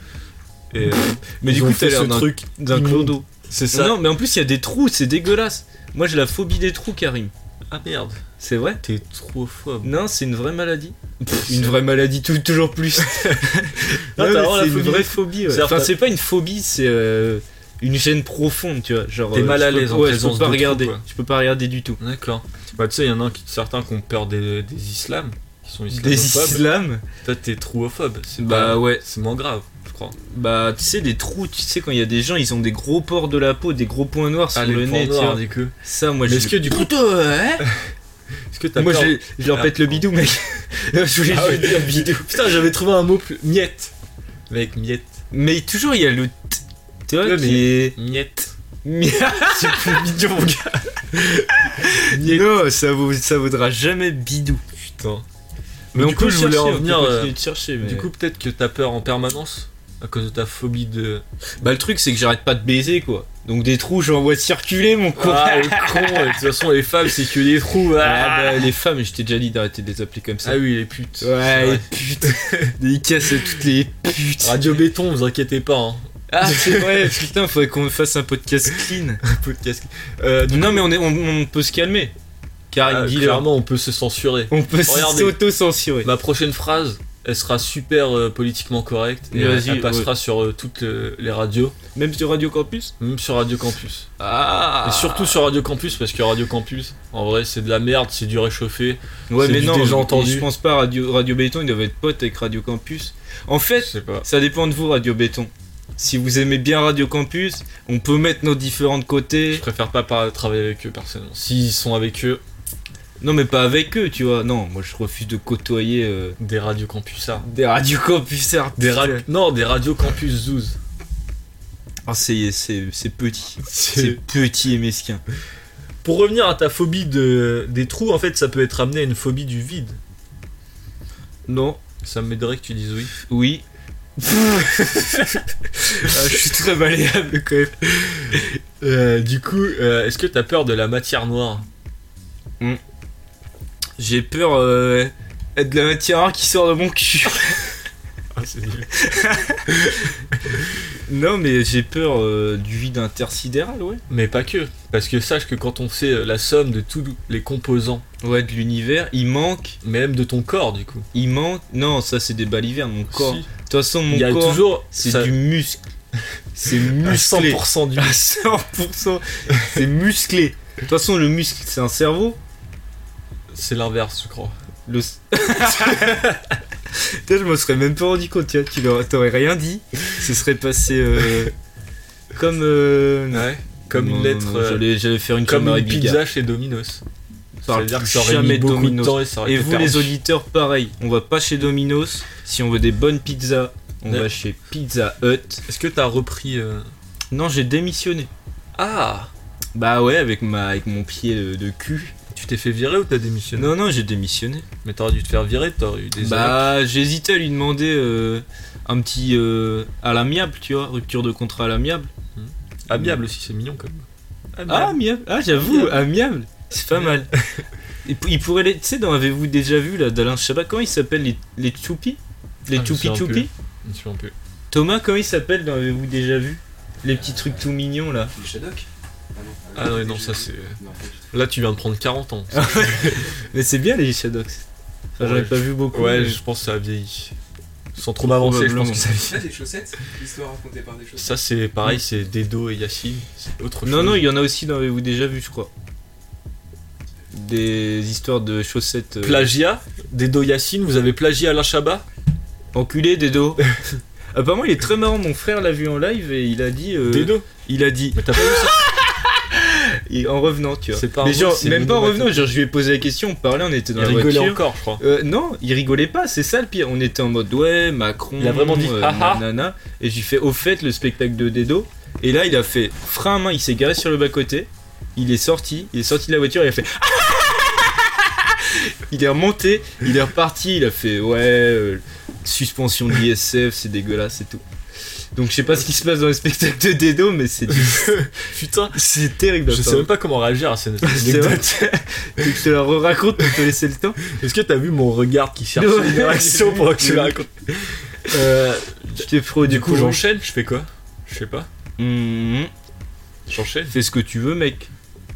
Speaker 1: Et, euh,
Speaker 2: Mais
Speaker 1: ils
Speaker 2: du
Speaker 1: ont
Speaker 2: coup, t'as
Speaker 1: fait ce
Speaker 2: l'air d'un
Speaker 1: truc.
Speaker 2: d'un
Speaker 1: immonde.
Speaker 2: clodo.
Speaker 1: C'est ça.
Speaker 2: Non, mais en plus, il y a des trous, c'est dégueulasse. Moi, j'ai la phobie des trous, Karim.
Speaker 1: Ah merde,
Speaker 2: C'est vrai
Speaker 1: t'es trop phobe.
Speaker 2: Non, c'est une vraie maladie. Pff,
Speaker 1: c'est-
Speaker 2: une vraie maladie, tout- toujours plus.
Speaker 1: Non,
Speaker 2: Ouais,
Speaker 1: t'as
Speaker 2: mais
Speaker 1: vraiment la
Speaker 2: c'est une
Speaker 1: phobie
Speaker 2: vraie
Speaker 1: des-
Speaker 2: phobie. ouais.
Speaker 1: C'est-à-dire
Speaker 2: Enfin,
Speaker 1: t'as-
Speaker 2: c'est pas une phobie, c'est euh, une gêne profonde, tu vois. Genre,
Speaker 1: T'es
Speaker 2: euh,
Speaker 1: mal
Speaker 2: je
Speaker 1: à
Speaker 2: peux-
Speaker 1: l'aise en
Speaker 2: ouais, je
Speaker 1: présence
Speaker 2: peux pas
Speaker 1: de trous,
Speaker 2: regarder.
Speaker 1: quoi.
Speaker 2: Je peux pas regarder du tout.
Speaker 1: D'accord. Bah, tu sais, il y en a un qui- certains qui ont peur des, des islams, qui sont
Speaker 2: Des
Speaker 1: islamophobes.
Speaker 2: islams
Speaker 1: Toi, t'es trouophobe. C'est
Speaker 2: Bah
Speaker 1: pas-
Speaker 2: ouais.
Speaker 1: C'est moins grave, je crois.
Speaker 2: Bah, tu sais, des trous, tu sais, quand il y a des gens, ils ont des gros pores de la peau, des gros points noirs sur
Speaker 1: Ah,
Speaker 2: le
Speaker 1: les
Speaker 2: nez,
Speaker 1: points
Speaker 2: tu
Speaker 1: noirs,
Speaker 2: vois.
Speaker 1: dis que.
Speaker 2: Ça, moi,
Speaker 1: Mais
Speaker 2: je.
Speaker 1: est-ce que du coup-
Speaker 2: Putain, ouais
Speaker 1: Est-ce que t'as
Speaker 2: Moi,
Speaker 1: peur
Speaker 2: je, je leur
Speaker 1: Ah.
Speaker 2: pète le bidou, mec. je voulais
Speaker 1: Ah ouais.
Speaker 2: dire bidou.
Speaker 1: Putain, j'avais trouvé un mot plus. Miette. Mec, miette.
Speaker 2: Mais toujours, il y a le. t- Tu vois,
Speaker 1: Ouais,
Speaker 2: qui
Speaker 1: Miette.
Speaker 2: est.
Speaker 1: C'est plus mignon, mon gars.
Speaker 2: non, ça, vaut, ça vaudra jamais bidou.
Speaker 1: Putain.
Speaker 2: Mais
Speaker 1: du
Speaker 2: on
Speaker 1: coup,
Speaker 2: peut
Speaker 1: je voulais en venir, euh,
Speaker 2: de chercher, mais...
Speaker 1: Du coup, peut-être que t'as peur en permanence à cause de ta phobie de.
Speaker 2: bah le truc, c'est que j'arrête pas de baiser, quoi. Donc des trous, j'en vois circuler, mon con.
Speaker 1: Ah, le con, ouais. De toute façon, les femmes, c'est que des trous.
Speaker 2: Ah,
Speaker 1: Ah,
Speaker 2: bah, les femmes, je t'ai déjà dit d'arrêter de les appeler comme ça.
Speaker 1: Ah oui, les putes.
Speaker 2: ouais,
Speaker 1: C'est
Speaker 2: les
Speaker 1: vrai.
Speaker 2: putes. Ils cassent toutes les putes.
Speaker 1: Radio Béton, vous inquiétez pas, hein.
Speaker 2: Ah, c'est vrai, putain, faudrait qu'on fasse un podcast clean.
Speaker 1: Podcast. Euh,
Speaker 2: non, mais on, est, on, on peut se calmer. Car
Speaker 1: ah,
Speaker 2: il dit
Speaker 1: clairement, on peut se censurer.
Speaker 2: On peut
Speaker 1: Regardez.
Speaker 2: s'auto-censurer.
Speaker 1: Ma prochaine phrase, elle sera super euh, politiquement correcte et elle,
Speaker 2: Vas-y,
Speaker 1: elle passera sur euh, toutes euh, les radios,
Speaker 2: Même sur Radio Campus
Speaker 1: même sur Radio Campus.
Speaker 2: Ah
Speaker 1: Et surtout sur Radio Campus parce que Radio Campus, en vrai, c'est de la merde, c'est du réchauffé.
Speaker 2: Ouais,
Speaker 1: C'est
Speaker 2: mais
Speaker 1: du
Speaker 2: non,
Speaker 1: déjà
Speaker 2: je-
Speaker 1: entendu.
Speaker 2: je pense pas Radio, Radio Béton, ils doivent être potes avec Radio Campus. En
Speaker 1: Je
Speaker 2: fait,
Speaker 1: sais pas.
Speaker 2: ça dépend de vous, Radio Béton. Si vous aimez bien Radio Campus, on peut mettre nos différents de
Speaker 1: Je
Speaker 2: côtés.
Speaker 1: préfère pas par- travailler avec eux personnellement. S'ils sont avec eux,
Speaker 2: Non, mais pas avec eux, tu vois. Non, moi je refuse de côtoyer euh,
Speaker 1: des Radio Campusards.
Speaker 2: des Radio Campusards.
Speaker 1: Des ra- non, des Radio Campus Zouz.
Speaker 2: Ah, c'est c'est- c'est petit. C'est
Speaker 1: C'est-
Speaker 2: petit et mesquin.
Speaker 1: Pour revenir à ta phobie de... des trous, en fait, ça peut être amené à une phobie du vide.
Speaker 2: Non,
Speaker 1: Ça m'aiderait que tu dises oui.
Speaker 2: Oui. Ah, je suis très malléable quand même.
Speaker 1: Euh, du coup, euh, est-ce que t'as peur de la matière noire
Speaker 2: J'ai peur euh, de la matière rare qui sort de mon cul.
Speaker 1: Ah,
Speaker 2: Non, mais j'ai peur euh, du vide intersidéral, ouais.
Speaker 1: Mais pas que. Parce que sache que quand on fait euh, la somme de tous les composants,
Speaker 2: Ouais, de l'univers. Il manque,
Speaker 1: même de ton corps du coup,
Speaker 2: il manque. Non, ça c'est des balivernes, mon corps.
Speaker 1: si,
Speaker 2: De toute façon, mon
Speaker 1: il y a
Speaker 2: corps,
Speaker 1: toujours
Speaker 2: c'est
Speaker 1: ça-
Speaker 2: du muscle. C'est
Speaker 1: à
Speaker 2: musclé.
Speaker 1: 100% du
Speaker 2: À 100%. c'est musclé. De toute façon, le muscle, c'est un cerveau.
Speaker 1: C'est l'inverse, je crois.
Speaker 2: Le... Putain, je me serais même pas rendu compte, tu vois, tu l'aurais- t'aurais rien dit. Ce serait passé euh, comme. euh, non.
Speaker 1: Ouais. Comme une
Speaker 2: Non, non,
Speaker 1: lettre.
Speaker 2: non,
Speaker 1: euh,
Speaker 2: J'allais, j'allais faire une
Speaker 1: comme
Speaker 2: Thomas
Speaker 1: une
Speaker 2: Bigard.
Speaker 1: pizza chez Domino's. Ça veut
Speaker 2: Parle
Speaker 1: dire que
Speaker 2: plus
Speaker 1: ça aurait
Speaker 2: jamais
Speaker 1: mis
Speaker 2: de
Speaker 1: beaucoup
Speaker 2: Domino's.
Speaker 1: de temps et ça aurait
Speaker 2: Et
Speaker 1: été
Speaker 2: vous,
Speaker 1: perdu.
Speaker 2: les auditeurs, pareil. On va pas chez Domino's. Si on veut des bonnes pizzas, on
Speaker 1: Ouais.
Speaker 2: va chez Pizza Hut.
Speaker 1: Est-ce que t'as repris. euh,
Speaker 2: Non, j'ai démissionné.
Speaker 1: Ah
Speaker 2: Bah ouais, avec, ma, avec mon pied de, de cul.
Speaker 1: Tu t'es fait virer ou t'as démissionné
Speaker 2: Non, non, j'ai démissionné.
Speaker 1: Mais t'aurais dû te faire virer, t'aurais eu des.
Speaker 2: Bah, j'hésitais à lui demander euh, un petit euh, à l'amiable, tu vois, rupture de contrat à l'amiable.
Speaker 1: Amiable aussi, c'est mignon quand même.
Speaker 2: Ah,
Speaker 1: Amiable.
Speaker 2: amiable, ah, j'avoue, amiable, c'est pas mal. Il pour- il pourrait les. Tu sais, dans Avez-vous déjà vu là d'Alain Chabat Comment ils s'appellent les, les Tchoupi Les
Speaker 1: Ah, je sais
Speaker 2: Tchoupi
Speaker 1: un peu.
Speaker 2: Tchoupi
Speaker 1: Je me souviens plus.
Speaker 2: Thomas, comment ils s'appellent dans Avez-vous déjà vu Les petits trucs tout mignons là.
Speaker 3: Le Shadok
Speaker 1: Ah non, non, ça, c'est-
Speaker 3: Non, pas du tout.
Speaker 1: Là, tu viens de prendre 40 ans.
Speaker 2: Mais c'est bien les Shadows. Enfin, j'en ai
Speaker 1: Ouais,
Speaker 2: pas vu beaucoup.
Speaker 1: Ouais,
Speaker 2: mais-
Speaker 1: je pense que ça a vieilli. Sans trop m'avancer, je pense que ça a
Speaker 3: Ça,
Speaker 1: vieilli.
Speaker 3: des chaussettes L'histoire racontée par des chaussettes
Speaker 1: Ça, c'est pareil, c'est Dedo et Yacine. C'est autre
Speaker 2: Non,
Speaker 1: chose.
Speaker 2: non, il y en a aussi dans Avez-vous déjà vu, je crois. Des histoires de chaussettes. euh,
Speaker 1: Plagiat Dedo Yacine, vous avez plagié Alain Chabat
Speaker 2: Enculé, Dedo. Apparemment, il est très marrant. Mon frère l'a vu en live et il a dit. euh,
Speaker 1: Dedo
Speaker 2: Il a dit.
Speaker 1: Mais t'as pas vu ça
Speaker 2: et en revenant, tu vois.
Speaker 1: C'est pas
Speaker 2: Mais
Speaker 1: un
Speaker 2: genre,
Speaker 1: mot, c'est
Speaker 2: même pas en
Speaker 1: minomatique.
Speaker 2: revenant, genre, je lui ai posé la question, on parlait, on était dans
Speaker 1: Il
Speaker 2: la
Speaker 1: rigolait
Speaker 2: voiture.
Speaker 1: encore, je crois.
Speaker 2: Euh, non, il rigolait pas, c'est ça le pire. On était en mode ouais, Macron.
Speaker 1: Il a vraiment dit,
Speaker 2: euh,
Speaker 1: Ah, ah.
Speaker 2: nanana. Et j'ai fait au fait le spectacle de Dedo. Et là, il a fait frein à main, il s'est garé sur le bas-côté. Il est sorti, il est sorti de la voiture, il a fait. Ah, ah, ah. il est remonté, il est reparti, il a fait ouais, euh, suspension de l'ISF, c'est dégueulasse et tout. Donc je sais pas ce qui se passe dans les spectacles de Dedo, mais c'est
Speaker 1: Putain,
Speaker 2: c'est terrible.
Speaker 1: je sais même pas comment réagir à cette
Speaker 2: C'est vrai.
Speaker 1: anecdote.
Speaker 2: Tu te la raconte pour te laisser le temps.
Speaker 1: Est-ce que t'as vu mon regard qui cherche
Speaker 2: Ouais,
Speaker 1: une réaction
Speaker 2: j'ai
Speaker 1: pour
Speaker 2: vu.
Speaker 1: que tu la racontes Euh,
Speaker 2: Je t'ai froid
Speaker 1: Du coup, j'enchaîne, je fais quoi Je sais pas,
Speaker 2: Mhm.
Speaker 1: j'enchaîne.
Speaker 2: Fais ce que tu veux, mec.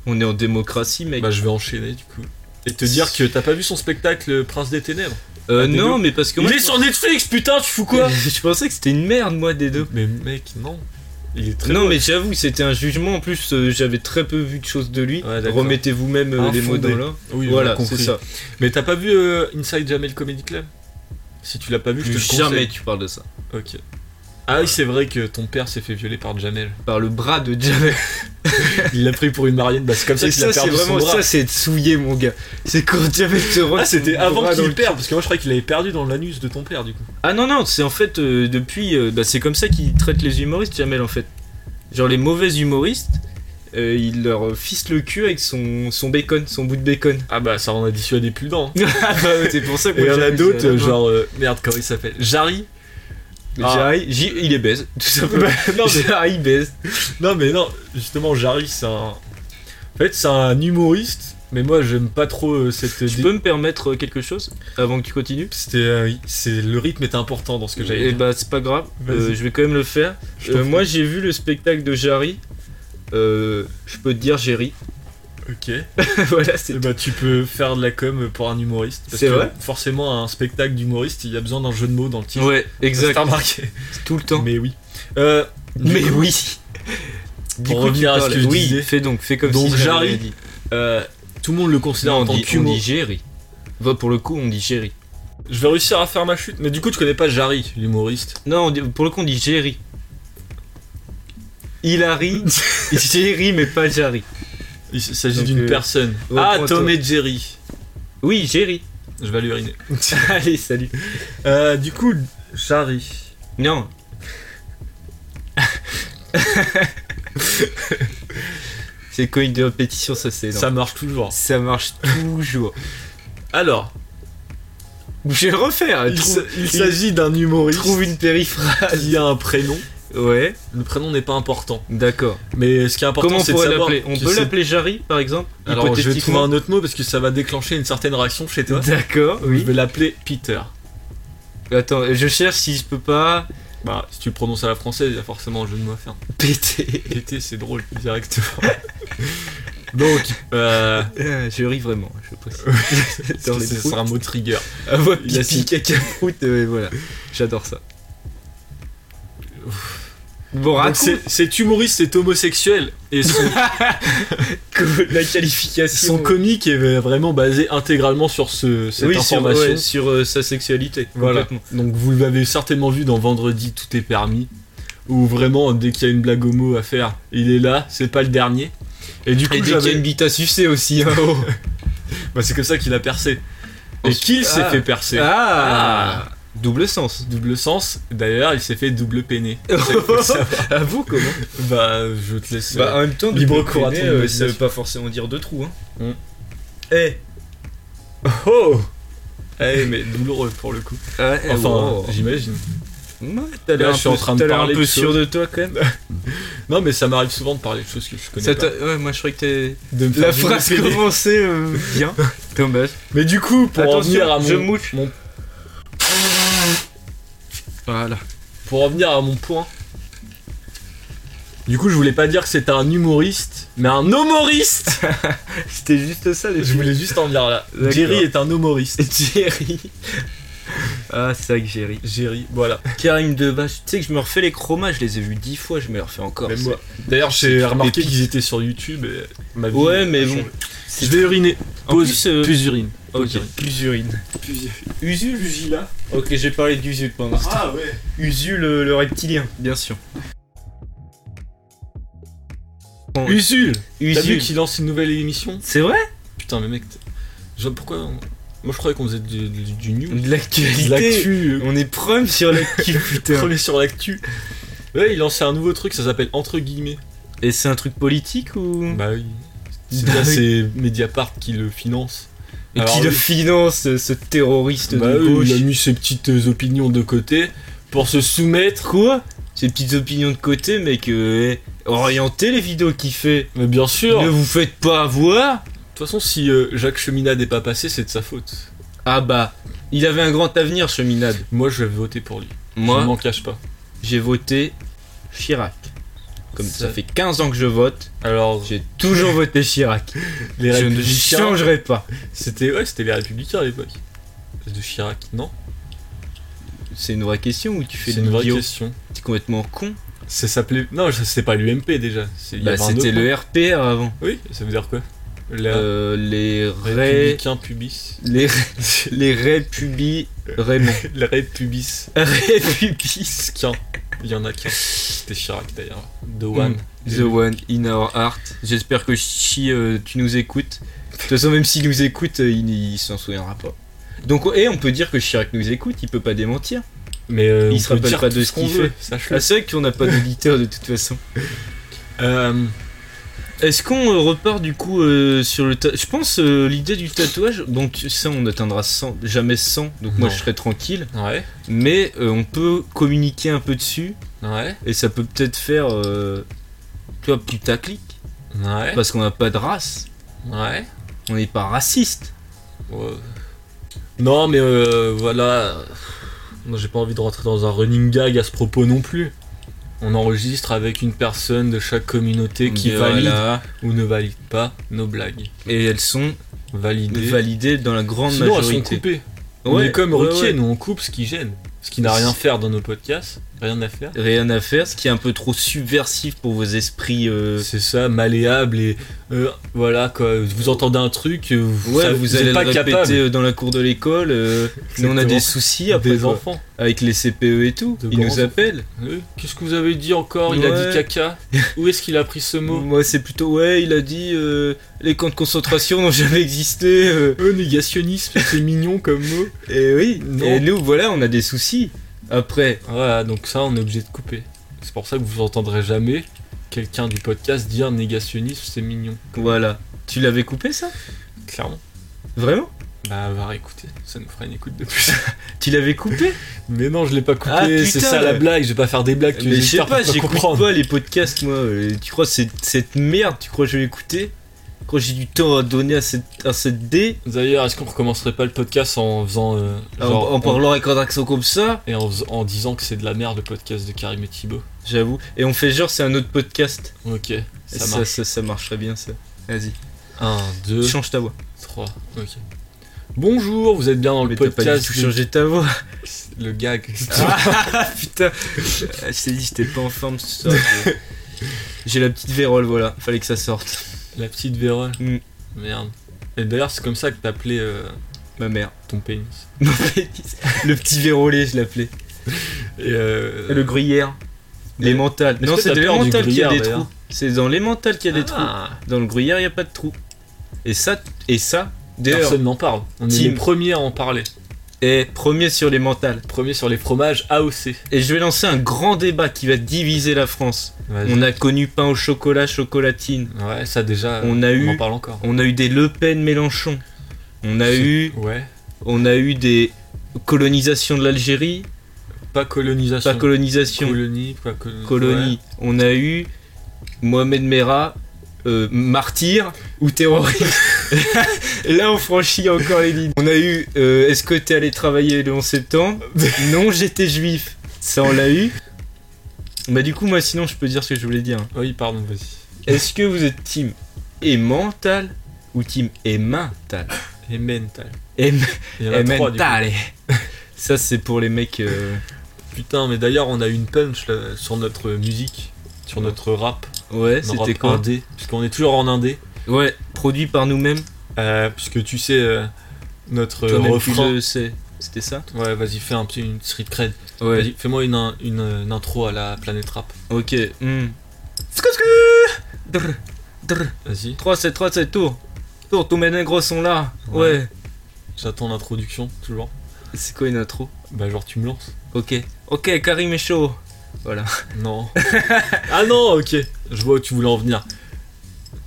Speaker 2: On est en démocratie, mec.
Speaker 1: Bah, je vais enchaîner du coup. Et te dire que t'as pas vu son spectacle le Prince des Ténèbres
Speaker 2: Euh,
Speaker 1: Ah, Dedo.
Speaker 2: non, mais parce que
Speaker 1: Il
Speaker 2: moi.
Speaker 1: est sur Netflix, putain, tu fous quoi
Speaker 2: Je pensais que c'était une merde, moi, Dedo.
Speaker 1: Mais mec, non. Il est très
Speaker 2: Non, mais j'avoue, c'était un jugement. En plus, euh, j'avais très peu vu de choses de lui.
Speaker 1: Ouais, d'accord.
Speaker 2: Remettez-vous même euh, les mots
Speaker 1: Infondé.
Speaker 2: dans l'ordre.
Speaker 1: Oui, on a
Speaker 2: Voilà,
Speaker 1: compris.
Speaker 2: c'est ça.
Speaker 1: Mais t'as pas vu euh, Inside Jamel Comedy Club Si tu l'as pas vu, je te
Speaker 2: Plus
Speaker 1: le conseille.
Speaker 2: jamais tu parles de ça.
Speaker 1: Ok. Ah oui, c'est vrai que ton père s'est fait violer par Jamel.
Speaker 2: Par le bras de Jamel.
Speaker 1: Il l'a pris pour une marionne, bah c'est comme ça
Speaker 2: Et
Speaker 1: qu'il a
Speaker 2: ça, c'est
Speaker 1: perdu son
Speaker 2: vraiment
Speaker 1: bras.
Speaker 2: ça, c'est être souillé, mon gars. C'est quand Jamel te rend.
Speaker 1: Ah, c'était
Speaker 2: son
Speaker 1: avant
Speaker 2: bras dans
Speaker 1: qu'il
Speaker 2: le-
Speaker 1: perde, parce que moi je croyais qu'il avait perdu dans l'anus de ton père du coup.
Speaker 2: Ah non, non, c'est en fait euh, depuis. euh, bah, c'est comme ça qu'il traite les humoristes, Jamel, en fait. Genre, les mauvais humoristes, euh, il leur euh, fisse le cul avec son, son bacon, son bout de bacon.
Speaker 1: Ah bah ça en a dissuadé plus d'un. hein.
Speaker 2: Ah bah, ouais, c'est pour ça que
Speaker 1: Et il y
Speaker 2: moi,
Speaker 1: en a
Speaker 2: Jamel,
Speaker 1: d'autres,
Speaker 2: c'est-
Speaker 1: euh, genre. euh, merde, comment il s'appelle Jarry Ah.
Speaker 2: Jarry, J- il est baise, tout simplement.
Speaker 1: Bah, non, mais,
Speaker 2: Jarry baise.
Speaker 1: non, mais non, justement, Jarry c'est un. En fait, c'est un humoriste, mais moi j'aime pas trop euh, cette.
Speaker 2: Tu peux me permettre euh, quelque chose avant que tu continues
Speaker 1: C'était. euh, oui, c'est- le rythme est important dans ce que j'avais
Speaker 2: Et
Speaker 1: dit.
Speaker 2: bah, c'est pas grave,
Speaker 1: Vas-y.
Speaker 2: euh, je vais quand même le faire.
Speaker 1: Je t'en
Speaker 2: Euh,
Speaker 1: prie.
Speaker 2: moi, j'ai vu le spectacle de Jarry. Euh, je peux te dire, j'ai ri.
Speaker 1: Ok.
Speaker 2: voilà, c'est
Speaker 1: Eh bah, tu peux faire de la com pour un humoriste. Parce
Speaker 2: C'est
Speaker 1: que
Speaker 2: vrai
Speaker 1: Forcément, un spectacle d'humoriste, il y a besoin d'un jeu de mots dans le
Speaker 2: tout.
Speaker 1: titre.
Speaker 2: Ouais,
Speaker 1: Ça,
Speaker 2: exact.
Speaker 1: t'as remarqué.
Speaker 2: Tout le temps.
Speaker 1: Mais oui. Euh, du
Speaker 2: Mais
Speaker 1: coup,
Speaker 2: oui Du
Speaker 1: Pour
Speaker 2: coup, tu
Speaker 1: revenir à ce
Speaker 2: parles.
Speaker 1: que je
Speaker 2: oui,
Speaker 1: disais.
Speaker 2: fais donc, fais comme
Speaker 1: Donc,
Speaker 2: si j'avais
Speaker 1: Jarry,
Speaker 2: rien dit.
Speaker 1: euh, tout le monde le considère
Speaker 2: Non,
Speaker 1: en
Speaker 2: on
Speaker 1: tant
Speaker 2: dit, on dit
Speaker 1: qu'humoriste.
Speaker 2: Jerry. Va pour le coup, on dit Jerry.
Speaker 1: Je vais réussir à faire ma chute, mais du coup, tu connais pas Jarry, l'humoriste.
Speaker 2: Non, on dit- pour le coup, on dit Jerry. Il a ri, Jerry, mais pas Jarry.
Speaker 1: Il s- s'agit
Speaker 2: Donc,
Speaker 1: d'une
Speaker 2: euh,
Speaker 1: personne.
Speaker 2: ouais,
Speaker 1: Ah,
Speaker 2: prends-toi.
Speaker 1: Tom et Jerry.
Speaker 2: Oui, Jerry.
Speaker 1: Je vais aller uriner.
Speaker 2: Allez, salut.
Speaker 1: Euh, du coup, Jarry.
Speaker 2: Non. c'est quand de répétition, ça c'est énorme.
Speaker 1: Ça marche toujours.
Speaker 2: Ça marche toujours.
Speaker 1: Alors,
Speaker 2: Je vais le refaire.
Speaker 1: il s-
Speaker 2: Trouve,
Speaker 1: il s'agit d'un humoriste
Speaker 2: trouve une périphrase.
Speaker 1: qui a un prénom.
Speaker 2: Ouais,
Speaker 1: Le prénom n'est pas important.
Speaker 2: d'accord.
Speaker 1: Mais ce qui est important,
Speaker 2: Comment on
Speaker 1: c'est de
Speaker 2: pourrait
Speaker 1: savoir.
Speaker 2: l'appeler On
Speaker 1: que
Speaker 2: peut
Speaker 1: c'est-
Speaker 2: l'appeler Jarry, par exemple
Speaker 1: Alors je vais trouver
Speaker 2: Hypothétiquement.
Speaker 1: un autre mot parce que ça va déclencher une certaine réaction chez toi.
Speaker 2: D'accord,
Speaker 1: Je
Speaker 2: oui.
Speaker 1: vais l'appeler Peter.
Speaker 2: Attends, je cherche si je peux pas
Speaker 1: Bah si tu le prononces à la française, il y a forcément un jeu de mots à faire.
Speaker 2: péter.
Speaker 1: Péter, c'est drôle directement. Donc, euh,
Speaker 2: Euh, je ris vraiment, je précise. Dans
Speaker 1: parce que
Speaker 2: les
Speaker 1: c'est
Speaker 2: proutes.
Speaker 1: c'est un mot trigger.
Speaker 2: Ah ouais,
Speaker 1: Il a
Speaker 2: pipi,
Speaker 1: si-
Speaker 2: caca, prout, euh, voilà. J'adore ça. Bon,
Speaker 1: Donc,
Speaker 2: raconte
Speaker 1: c'est- cet humoriste est homosexuel et son,
Speaker 2: la qualification.
Speaker 1: son comique est vraiment basé intégralement sur ce, cette
Speaker 2: oui, sur,
Speaker 1: information.
Speaker 2: ouais, sur, euh, sa sexualité.
Speaker 1: Voilà.
Speaker 2: Complètement.
Speaker 1: Donc vous l'avez certainement vu dans Vendredi, tout est permis. Où vraiment, dès qu'il y a une blague homo à faire, il est là, c'est pas le dernier. Et du coup,
Speaker 2: Et dès
Speaker 1: j'avais-
Speaker 2: qu'il y a une bite à sucer aussi. hein.
Speaker 1: Bah, c'est comme ça qu'il a percé. Et
Speaker 2: Ensuite-
Speaker 1: qu'il s'est
Speaker 2: Ah.
Speaker 1: fait percer.
Speaker 2: Ah, Double sens.
Speaker 1: Double sens, d'ailleurs il s'est fait double peiner.
Speaker 2: à vous comment
Speaker 1: bah je te laisse.
Speaker 2: Bah en même temps,
Speaker 1: Libre
Speaker 2: double
Speaker 1: cours à ton
Speaker 2: peiné, euh, ça
Speaker 1: imagination.
Speaker 2: veut pas forcément dire deux trous. Hein.
Speaker 1: Hum.
Speaker 2: Eh.
Speaker 1: Oh Eh mais douloureux pour le coup. Enfin, j'imagine.
Speaker 2: eh, Ouais, t'as
Speaker 1: Là,
Speaker 2: l'air un,
Speaker 1: je suis en
Speaker 2: peu-
Speaker 1: train de
Speaker 2: t'as l'air un
Speaker 1: parler
Speaker 2: peu
Speaker 1: de
Speaker 2: sûr
Speaker 1: choses.
Speaker 2: de toi quand même.
Speaker 1: Non mais ça m'arrive souvent de parler de choses que je connais
Speaker 2: Ça
Speaker 1: pas.
Speaker 2: t'a- ouais, moi je croyais que t'es.
Speaker 1: De me faire
Speaker 2: La
Speaker 1: double
Speaker 2: phrase
Speaker 1: peiner.
Speaker 2: commençait euh, bien. Dommage.
Speaker 1: Mais du coup, pour en venir à
Speaker 2: Attention,
Speaker 1: mon,
Speaker 2: je mouche.
Speaker 1: mon-
Speaker 2: Voilà.
Speaker 1: pour en venir à mon point. Du coup, je voulais pas dire que c'était un humoriste, mais un humoriste.
Speaker 2: C'était juste ça les
Speaker 1: je voulais juste en venir là.
Speaker 2: D'accord.
Speaker 1: Jerry est un humoriste.
Speaker 2: Jerry. Ah, ça que Jerry.
Speaker 1: Jerry, voilà.
Speaker 2: Karim Debache. Tu sais que je me refais les chromas, je les ai vus dix fois, je me les refais encore.
Speaker 1: Même
Speaker 2: c'est-
Speaker 1: moi. D'ailleurs, j'ai
Speaker 2: c'est-
Speaker 1: remarqué
Speaker 2: mais-
Speaker 1: qu'ils étaient sur YouTube. Et ma vie
Speaker 2: Ouais,
Speaker 1: a
Speaker 2: mais
Speaker 1: changé.
Speaker 2: bon.
Speaker 1: Je vais uriner.
Speaker 2: En
Speaker 1: Pause.
Speaker 2: plus, euh,
Speaker 1: Plus urine.
Speaker 2: Ok,
Speaker 1: Pause urine.
Speaker 2: Usurine. Usul
Speaker 3: Vigila.
Speaker 2: Ok, j'ai parlé d'Usul pendant ce temps.
Speaker 3: Ah ouais.
Speaker 2: Usul, euh, le, le reptilien, bien sûr. Ouais.
Speaker 1: Usul T'as vu
Speaker 2: Usul.
Speaker 1: qu'il lance une nouvelle émission
Speaker 2: C'est vrai
Speaker 1: Putain, mais mec, t'es- je pourquoi on- Moi, je croyais qu'on faisait du, du, du news.
Speaker 2: De l'actualité.
Speaker 1: L'actu. euh,
Speaker 2: On est preuve sur l'actu, putain.
Speaker 1: Premier sur l'actu. Ouais, il lançait un nouveau truc, ça s'appelle Entre guillemets.
Speaker 2: Et c'est un truc politique ou
Speaker 1: Bah oui. C'est
Speaker 2: Mm. Bah
Speaker 1: là,
Speaker 2: oui.
Speaker 1: c'est Mediapart qui le finance.
Speaker 2: Et
Speaker 1: Alors,
Speaker 2: qui le
Speaker 1: oui.
Speaker 2: finance, euh, ce terroriste
Speaker 1: Bah
Speaker 2: de
Speaker 1: oui,
Speaker 2: gauche
Speaker 1: il a mis ses petites euh, opinions de côté pour se soumettre
Speaker 2: Quoi ces petites opinions de côté, mec. euh, eh, orientez les vidéos qu'il fait.
Speaker 1: Mais bien sûr
Speaker 2: Ne
Speaker 1: De
Speaker 2: vous faites pas avoir.
Speaker 1: toute façon, si euh, Jacques Cheminade n'est pas passé, c'est de sa faute.
Speaker 2: Ah bah, il avait un grand avenir, ce Minade.
Speaker 1: Moi, je vais voter pour lui. je
Speaker 2: Moi,
Speaker 1: m'en cache pas.
Speaker 2: j'ai voté Chirac. Comme ça
Speaker 1: Ça-
Speaker 2: fait 15 ans que je vote,
Speaker 1: Alors,
Speaker 2: j'ai toujours voté Chirac.
Speaker 1: les
Speaker 2: je ne
Speaker 1: Républicains,
Speaker 2: changerai pas.
Speaker 1: c'était ouais, c'était les Républicains à l'époque. De Chirac, non
Speaker 2: C'est une vraie question ou tu fais
Speaker 1: C'est
Speaker 2: des
Speaker 1: une vraie
Speaker 2: vidéos
Speaker 1: question.
Speaker 2: T'es complètement con.
Speaker 1: Ça s'appelait. Non, ça- c'était pas l'UMP déjà. C'est- il y
Speaker 2: Bah,
Speaker 1: avait un
Speaker 2: c'était
Speaker 1: autre
Speaker 2: le RPR avant.
Speaker 1: nom. Oui, ça veut dire quoi Les
Speaker 2: Euh, les Ré...
Speaker 1: Républicains Pubis.
Speaker 2: Les, les Républi... Raymond.
Speaker 1: Les Répubis.
Speaker 2: Répubis.
Speaker 1: Qu'un. Il y en a qu'un. C'était Chirac d'ailleurs. De One.
Speaker 2: Hmm. The one in our heart. J'espère que si euh, tu nous écoutes. De toute façon, même s'il nous écoute, euh, il, il s'en souviendra pas. Donc, et on peut dire que Chirac nous écoute, il peut pas démentir.
Speaker 1: Mais euh,
Speaker 2: Il
Speaker 1: on
Speaker 2: se
Speaker 1: peut
Speaker 2: rappelle
Speaker 1: dire
Speaker 2: pas de
Speaker 1: tout
Speaker 2: ce qu'il
Speaker 1: veut,
Speaker 2: fait.
Speaker 1: Sache-le.
Speaker 2: Ah, c'est vrai qu'on n'a pas d'auditeur de toute façon. Ah,
Speaker 1: Euh,
Speaker 2: Est-ce qu'on euh, repart du coup euh, sur le. ta- Je pense euh, l'idée du tatouage. Donc, ça, on atteindra 100, jamais 100. Donc, moi,
Speaker 1: Non.
Speaker 2: je serai tranquille.
Speaker 1: ouais.
Speaker 2: Mais euh, on peut communiquer un peu dessus.
Speaker 1: Ouais.
Speaker 2: Et ça peut peut-être faire. Euh, tu vois, putaclic.
Speaker 1: Ouais.
Speaker 2: Parce qu'on n'a pas de race.
Speaker 1: Ouais.
Speaker 2: On n'est pas raciste.
Speaker 1: Ouais. Non, mais euh, voilà. Moi, j'ai pas envie de rentrer dans un running gag à ce propos non plus. On enregistre avec une personne de chaque communauté qui
Speaker 2: Et
Speaker 1: valide
Speaker 2: voilà.
Speaker 1: ou ne valide pas nos blagues.
Speaker 2: Et elles sont
Speaker 1: Validées.
Speaker 2: validées dans la grande
Speaker 1: Sinon, elles sont
Speaker 2: majorité.
Speaker 1: coupées. on
Speaker 2: Ouais,
Speaker 1: est comme
Speaker 2: ouais,
Speaker 1: Ruquier,
Speaker 2: ouais.
Speaker 1: nous on coupe ce qui gêne. Ce qui n'a rien à faire dans nos podcasts. Rien à faire.
Speaker 2: Rien à faire, ce qui est un peu trop subversif pour vos esprits. euh,
Speaker 1: C'est ça, malléable et euh, voilà quoi. Vous entendez un truc, euh, vous,
Speaker 2: Ouais,
Speaker 1: ça-
Speaker 2: vous,
Speaker 1: vous
Speaker 2: allez
Speaker 1: êtes pas
Speaker 2: le répéter
Speaker 1: capable.
Speaker 2: euh, dans la cour de l'école. euh, nous, on a des
Speaker 1: Exactement.
Speaker 2: soucis après,
Speaker 1: des
Speaker 2: quoi.
Speaker 1: enfants.
Speaker 2: avec les CPE et tout.
Speaker 1: De
Speaker 2: Ils nous
Speaker 1: grands
Speaker 2: appellent.
Speaker 1: Euh, Qu'est-ce que vous avez dit encore Il a
Speaker 2: Ouais.
Speaker 1: dit caca. Où est-ce qu'il a pris ce mot
Speaker 2: Moi, c'est plutôt ouais. Il a dit euh, les camps de concentration n'ont jamais existé. euh,
Speaker 1: Euh, négationnisme, c'est mignon comme mot.
Speaker 2: Et Eh oui,
Speaker 1: Non.
Speaker 2: et nous voilà, on a des soucis. Après,
Speaker 1: Voilà, donc ça, on est obligé de couper. C'est pour ça que vous entendrez jamais quelqu'un du podcast dire négationnisme, c'est mignon.
Speaker 2: voilà. Tu l'avais coupé ça
Speaker 1: Clairement.
Speaker 2: Vraiment
Speaker 1: Bah, va réécouter, ça nous fera une écoute de plus.
Speaker 2: Tu l'avais coupé
Speaker 1: Mais non, je l'ai pas coupé,
Speaker 2: Ah, putain.
Speaker 1: c'est ça la blague, je vais pas faire des blagues que
Speaker 2: Mais
Speaker 1: les
Speaker 2: je sais
Speaker 1: auditeurs
Speaker 2: pas,
Speaker 1: peuvent
Speaker 2: j'écoute
Speaker 1: comprendre.
Speaker 2: pas les podcasts moi. euh, Tu crois c'est cette merde Tu crois que je vais écouter Tu crois que j'ai du temps à donner à cette, à cette dé
Speaker 1: D'ailleurs, est-ce qu'on recommencerait pas le podcast en faisant. euh, genre,
Speaker 2: en, en parlant avec un accent comme ça
Speaker 1: Et en, fais- en disant que c'est de la merde le podcast de Karim et Thibaut.
Speaker 2: J'avoue. Et on fait genre c'est un autre podcast.
Speaker 1: Ok,
Speaker 2: Ça,
Speaker 1: ça
Speaker 2: ça,
Speaker 1: marche. Euh,
Speaker 2: ça, marcherait bien ça. Vas-y.
Speaker 1: 1, 2,
Speaker 2: Change ta voix.
Speaker 1: 3, ok. Bonjour, vous êtes bien dans le
Speaker 2: Mais t'as pas du
Speaker 1: podcast.
Speaker 2: tout
Speaker 1: de-
Speaker 2: changé ta voix.
Speaker 1: Le gag.
Speaker 2: Ah putain Je t'ai dit j'étais pas en forme ce soir. je- J'ai la petite vérole voilà, fallait que ça sorte.
Speaker 1: La petite vérole.
Speaker 2: Mm.
Speaker 1: Merde. Et d'ailleurs, c'est comme ça que t'appelais euh,
Speaker 2: Ma mère.
Speaker 1: ton pénis.
Speaker 2: Mon pénis. le petit vérolé je l'appelais.
Speaker 1: Et euh,
Speaker 2: Le gruyère.
Speaker 1: Mais-
Speaker 2: Les mentales.
Speaker 1: Mais
Speaker 2: Non
Speaker 1: est-ce que
Speaker 2: c'est
Speaker 1: t'as
Speaker 2: de
Speaker 1: peur du
Speaker 2: l'émental qu'il y a
Speaker 1: gruyère,
Speaker 2: des
Speaker 1: d'ailleurs
Speaker 2: trous. C'est dans l'émental qu'il y a des trous.
Speaker 1: ah,
Speaker 2: Dans le gruyère il y a pas de trous. Et ça, et ça, d'ailleurs,
Speaker 1: Personne n'en parle. On est
Speaker 2: Tim.
Speaker 1: les premiers à en parler.
Speaker 2: est premier sur les mentales.
Speaker 1: Premier sur les fromages AOC.
Speaker 2: Et je vais lancer un grand débat qui va diviser la France.
Speaker 1: Vas-y.
Speaker 2: On a connu pain au chocolat, chocolatine.
Speaker 1: Ouais, ça déjà, on,
Speaker 2: On a
Speaker 1: en
Speaker 2: eu
Speaker 1: parle encore.
Speaker 2: On a eu des Le Pen Mélenchon. On a
Speaker 1: C'est-
Speaker 2: eu,
Speaker 1: Ouais.
Speaker 2: on a eu des colonisations de l'Algérie,
Speaker 1: Pas colonisation.
Speaker 2: pas colonisation,
Speaker 1: Colonie, pas colonie.
Speaker 2: colonie. On a eu Mohamed Merah, euh, martyr ou terroriste. Là, on franchit encore les lignes. On a eu euh, Est-ce que t'es allé travailler le 11 septembre Non, j'étais juif. Ça, on l'a eu. Bah, du coup, moi, sinon, je peux dire ce que je voulais dire. hein.
Speaker 1: Ouais. Oui, pardon, vas-y.
Speaker 2: Est-ce que vous êtes team mental ou team émental
Speaker 1: Et mental.
Speaker 2: Émental.
Speaker 1: Il y en a trois,
Speaker 2: Et
Speaker 1: du coup.
Speaker 2: mentale. Ça, c'est pour les mecs. euh,
Speaker 1: Putain, mais d'ailleurs, on a eu une punch là, sur notre musique, sur notre rap.
Speaker 2: Ouais,
Speaker 1: en
Speaker 2: c'était
Speaker 1: rap
Speaker 2: quoi
Speaker 1: indé, Puisqu'on est toujours en indé.
Speaker 2: Ouais, produit par nous-mêmes.
Speaker 1: Euh, puisque tu sais, euh, notre
Speaker 2: Toi-même, tu
Speaker 1: Euh, refrain.
Speaker 2: le sais. C'était ça
Speaker 1: Ouais, vas-y, fais un petit une street cred.
Speaker 2: Ouais.
Speaker 1: Vas-y, fais-moi une, un- une, euh, une intro à la planète rap.
Speaker 2: Ok. hmm. Skou, skou Drr, drr.
Speaker 1: Vas-y,
Speaker 2: 3, 7, 3, 7, tour. Tour, tous mes nègres sont là.
Speaker 1: Ouais.
Speaker 2: Ouais.
Speaker 1: j'attends l'introduction, toujours.
Speaker 2: C'est quoi une intro
Speaker 1: Bah, genre, tu me lances
Speaker 2: Ok. Ok, Karim est chaud. Voilà.
Speaker 1: Non. ah non, ok. Je vois où tu voulais en venir.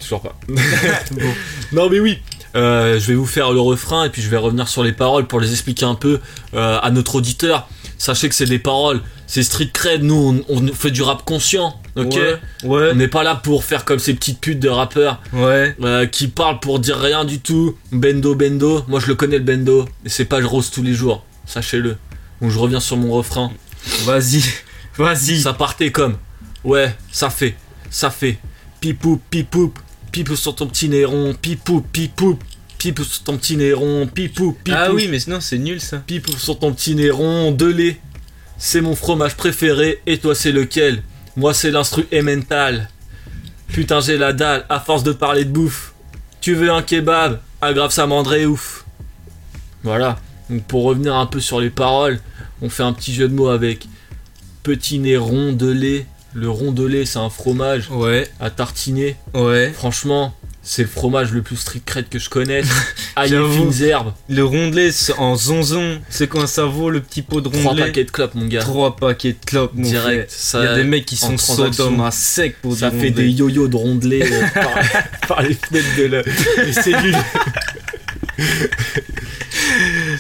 Speaker 1: Toujours pas.
Speaker 2: Bon.
Speaker 1: Non, mais oui. Euh, je vais vous faire le refrain et puis je vais revenir sur les paroles pour les expliquer un peu euh, à notre auditeur. Sachez que c'est des paroles, c'est street cred. Nous, on, on fait du rap conscient, ok
Speaker 2: Ouais,
Speaker 1: On n'est pas là pour faire comme ces petites putes de rappeurs
Speaker 2: ouais.
Speaker 1: euh, qui parlent pour dire rien du tout. Bendo, bendo. Moi, je le connais le bendo. Et c'est pas je rose tous les jours. Sachez-le. Donc, je reviens sur mon refrain.
Speaker 2: Vas-y, vas-y.
Speaker 1: Ça partait comme. Ouais, ça fait, ça fait. Pipou, pipou, pipou sur ton petit néron. Pipou, pipou, pipou sur ton petit néron. Pipou, pipou.
Speaker 2: Ah oui, mais sinon c'est nul ça.
Speaker 1: Pipou sur ton petit néron, de lait. C'est mon fromage préféré, et toi c'est lequel Moi c'est l'instru Emmental. Putain j'ai la dalle, à force de parler de bouffe. Tu veux un kebab Aggrave ça mandrait ouf. Voilà, donc pour revenir un peu sur les paroles, on fait un petit jeu de mots avec petit néron de lait. Le rond de lait c'est un fromage
Speaker 2: Ouais,
Speaker 1: à tartiner.
Speaker 2: ouais.
Speaker 1: Franchement, c'est le fromage le plus street cred que je connaisse. Aïe,
Speaker 2: J'avoue.
Speaker 1: fines herbes,
Speaker 2: Le rondelet c'est en zonzon, c'est quoi ça vaut le petit pot de
Speaker 1: trois
Speaker 2: rondelet
Speaker 1: paquets de clopes mon gars.
Speaker 2: Trois paquets de clopes, mon frère.
Speaker 1: direct.
Speaker 2: Il y a
Speaker 1: Ça,
Speaker 2: des mecs qui
Speaker 1: en
Speaker 2: sont
Speaker 1: transaction.
Speaker 2: sodomes à sec pour
Speaker 1: ça
Speaker 2: du
Speaker 1: fait
Speaker 2: rondelet.
Speaker 1: des yo-yo de rondelets euh, par, par les fenêtres de la des cellules.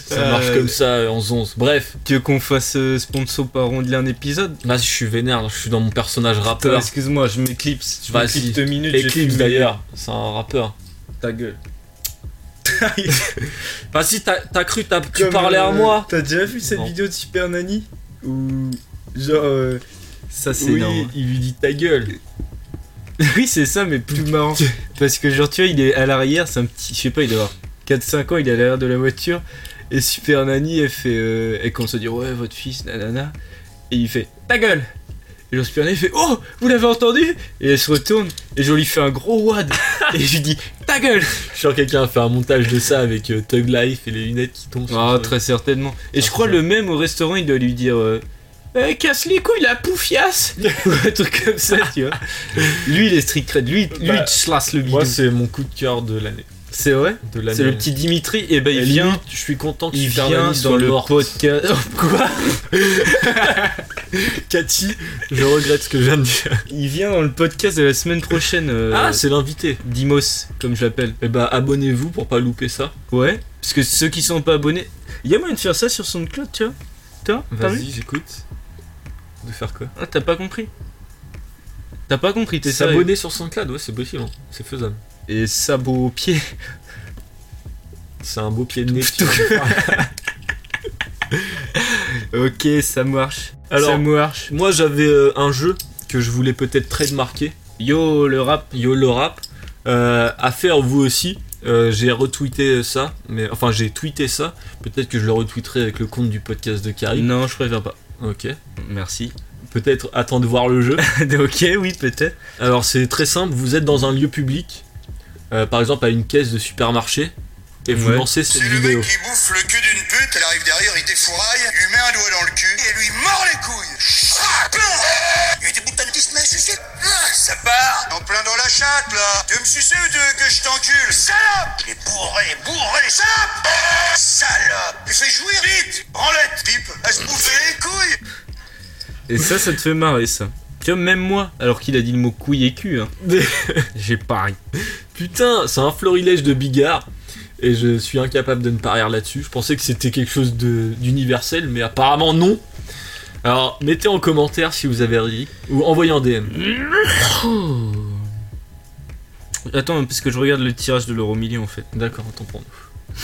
Speaker 1: ça
Speaker 2: Euh,
Speaker 1: marche comme ça euh, en zonze. Bref,
Speaker 2: Tu veux qu'on fasse euh, sponsor par rondelet un épisode
Speaker 1: là je suis vénère, je suis dans mon personnage
Speaker 2: Attends,
Speaker 1: rappeur.
Speaker 2: Excuse-moi, je m'éclipse. Je
Speaker 1: Vas-y.
Speaker 2: m'éclipse deux minutes. j'ai
Speaker 1: Eclipse
Speaker 2: fumé.
Speaker 1: d'ailleurs, c'est un rappeur.
Speaker 2: Ta gueule.
Speaker 1: Vas-y, Bah, t'as t'as cru, t'as- tu
Speaker 2: Comme,
Speaker 1: parlais à
Speaker 2: euh,
Speaker 1: moi
Speaker 2: T'as déjà vu cette
Speaker 1: Non.
Speaker 2: vidéo de Super Nanny Ou genre euh, ça c'est
Speaker 1: Oui,
Speaker 2: énorme.
Speaker 1: il lui dit ta gueule.
Speaker 2: oui c'est ça mais plus marrant parce que genre tu vois il est à l'arrière c'est un petit je sais pas il doit avoir 4-5 ans il est à l'arrière de la voiture et Super Nanny elle fait euh, elle commence à dire ouais votre fils nanana et il fait ta gueule et genre Super Nanny fait oh vous l'avez entendu et elle se retourne et je lui fais un gros wad et je lui dis ta gueule
Speaker 1: Je suis sûr que quelqu'un a fait un montage de ça avec euh, Thug Life et les lunettes qui tombent. sur
Speaker 2: Ah,
Speaker 1: toi.
Speaker 2: très certainement. Et
Speaker 1: Ça,
Speaker 2: je crois
Speaker 1: c'est
Speaker 2: le même au restaurant, il doit lui dire euh, Eh, Casse les couilles, la poufiasse Ou un truc comme ça, tu vois. Lui, il est strict cred. Lui, lui
Speaker 1: Bah,
Speaker 2: il slasse le bidou.
Speaker 1: Moi, c'est mon coup de cœur de l'année.
Speaker 2: C'est vrai
Speaker 1: De l'année.
Speaker 2: C'est le petit Dimitri. Et ben,
Speaker 1: Et
Speaker 2: il vient.
Speaker 1: limite, je suis content qu'il
Speaker 2: Il
Speaker 1: vienne
Speaker 2: vient sur le podcast. Oh, quoi
Speaker 1: Cathy, je regrette ce que je viens de dire.
Speaker 2: Il vient dans le podcast de la semaine prochaine. euh,
Speaker 1: Ah, c'est l'invité.
Speaker 2: Dimos, comme je l'appelle.
Speaker 1: Eh bah, abonnez-vous pour pas louper ça.
Speaker 2: Ouais. Parce que ceux qui sont pas abonnés. Il y a moyen de faire ça sur SoundCloud, tu vois Toi, t'as vu
Speaker 1: Vas-y, j'écoute. De faire quoi
Speaker 2: Ah, T'as pas compris T'as pas compris, t'es sérieux
Speaker 1: S'abonner sur SoundCloud, ouais, c'est possible. hein. C'est faisable.
Speaker 2: Et sabot au pied.
Speaker 1: C'est un beau pied de nez.
Speaker 2: Tout- Ok, ça marche.
Speaker 1: Alors-
Speaker 2: ça marche.
Speaker 1: Moi, j'avais euh, un jeu que je voulais peut-être trademarker.
Speaker 2: Yo, le rap.
Speaker 1: Yo, le rap. Euh, à faire vous aussi. Euh, j'ai retweeté ça, mais enfin j'ai tweeté ça. Peut-être que je le retweeterai avec le compte du podcast de Karim.
Speaker 2: Non, je préfère pas.
Speaker 1: Ok.
Speaker 2: Merci.
Speaker 1: Peut-être attends de voir le jeu.
Speaker 2: ok, oui, peut-être.
Speaker 1: Alors c'est très simple, vous êtes dans un lieu public, euh, par exemple à une caisse de supermarché, et vous
Speaker 2: Ouais.
Speaker 1: lancez cette
Speaker 5: C'est le mec
Speaker 1: vidéo.
Speaker 5: qui bouffe le cul d'une pute, elle arrive derrière, il défouraille, lui met un doigt dans le cul et lui mord les couilles. Chrac Bam Il y a des boutons de disque, mais sucé. Ah, Ça part En plein dans la chatte là Tu veux me sucer ou tu veux que je t'encule Salope Il est bourré, bourré, salope Salope Tu fais jouir vite Branlette, pipe, à se bouffer les couilles
Speaker 2: Et ça, ça te fait marrer, ça. Tu vois, même moi, alors qu'il a dit le mot couille et cul, hein, j'ai pas ri.
Speaker 1: Putain, c'est un florilège de bigards, et je suis incapable de ne pas rire là-dessus. Je pensais que c'était quelque chose de- d'universel, mais apparemment non. Alors mettez en commentaire si vous avez ri, ou envoyez en DM.
Speaker 2: Attends, parce que je regarde le tirage de l'euro million en fait.
Speaker 1: D'accord, attends pour nous.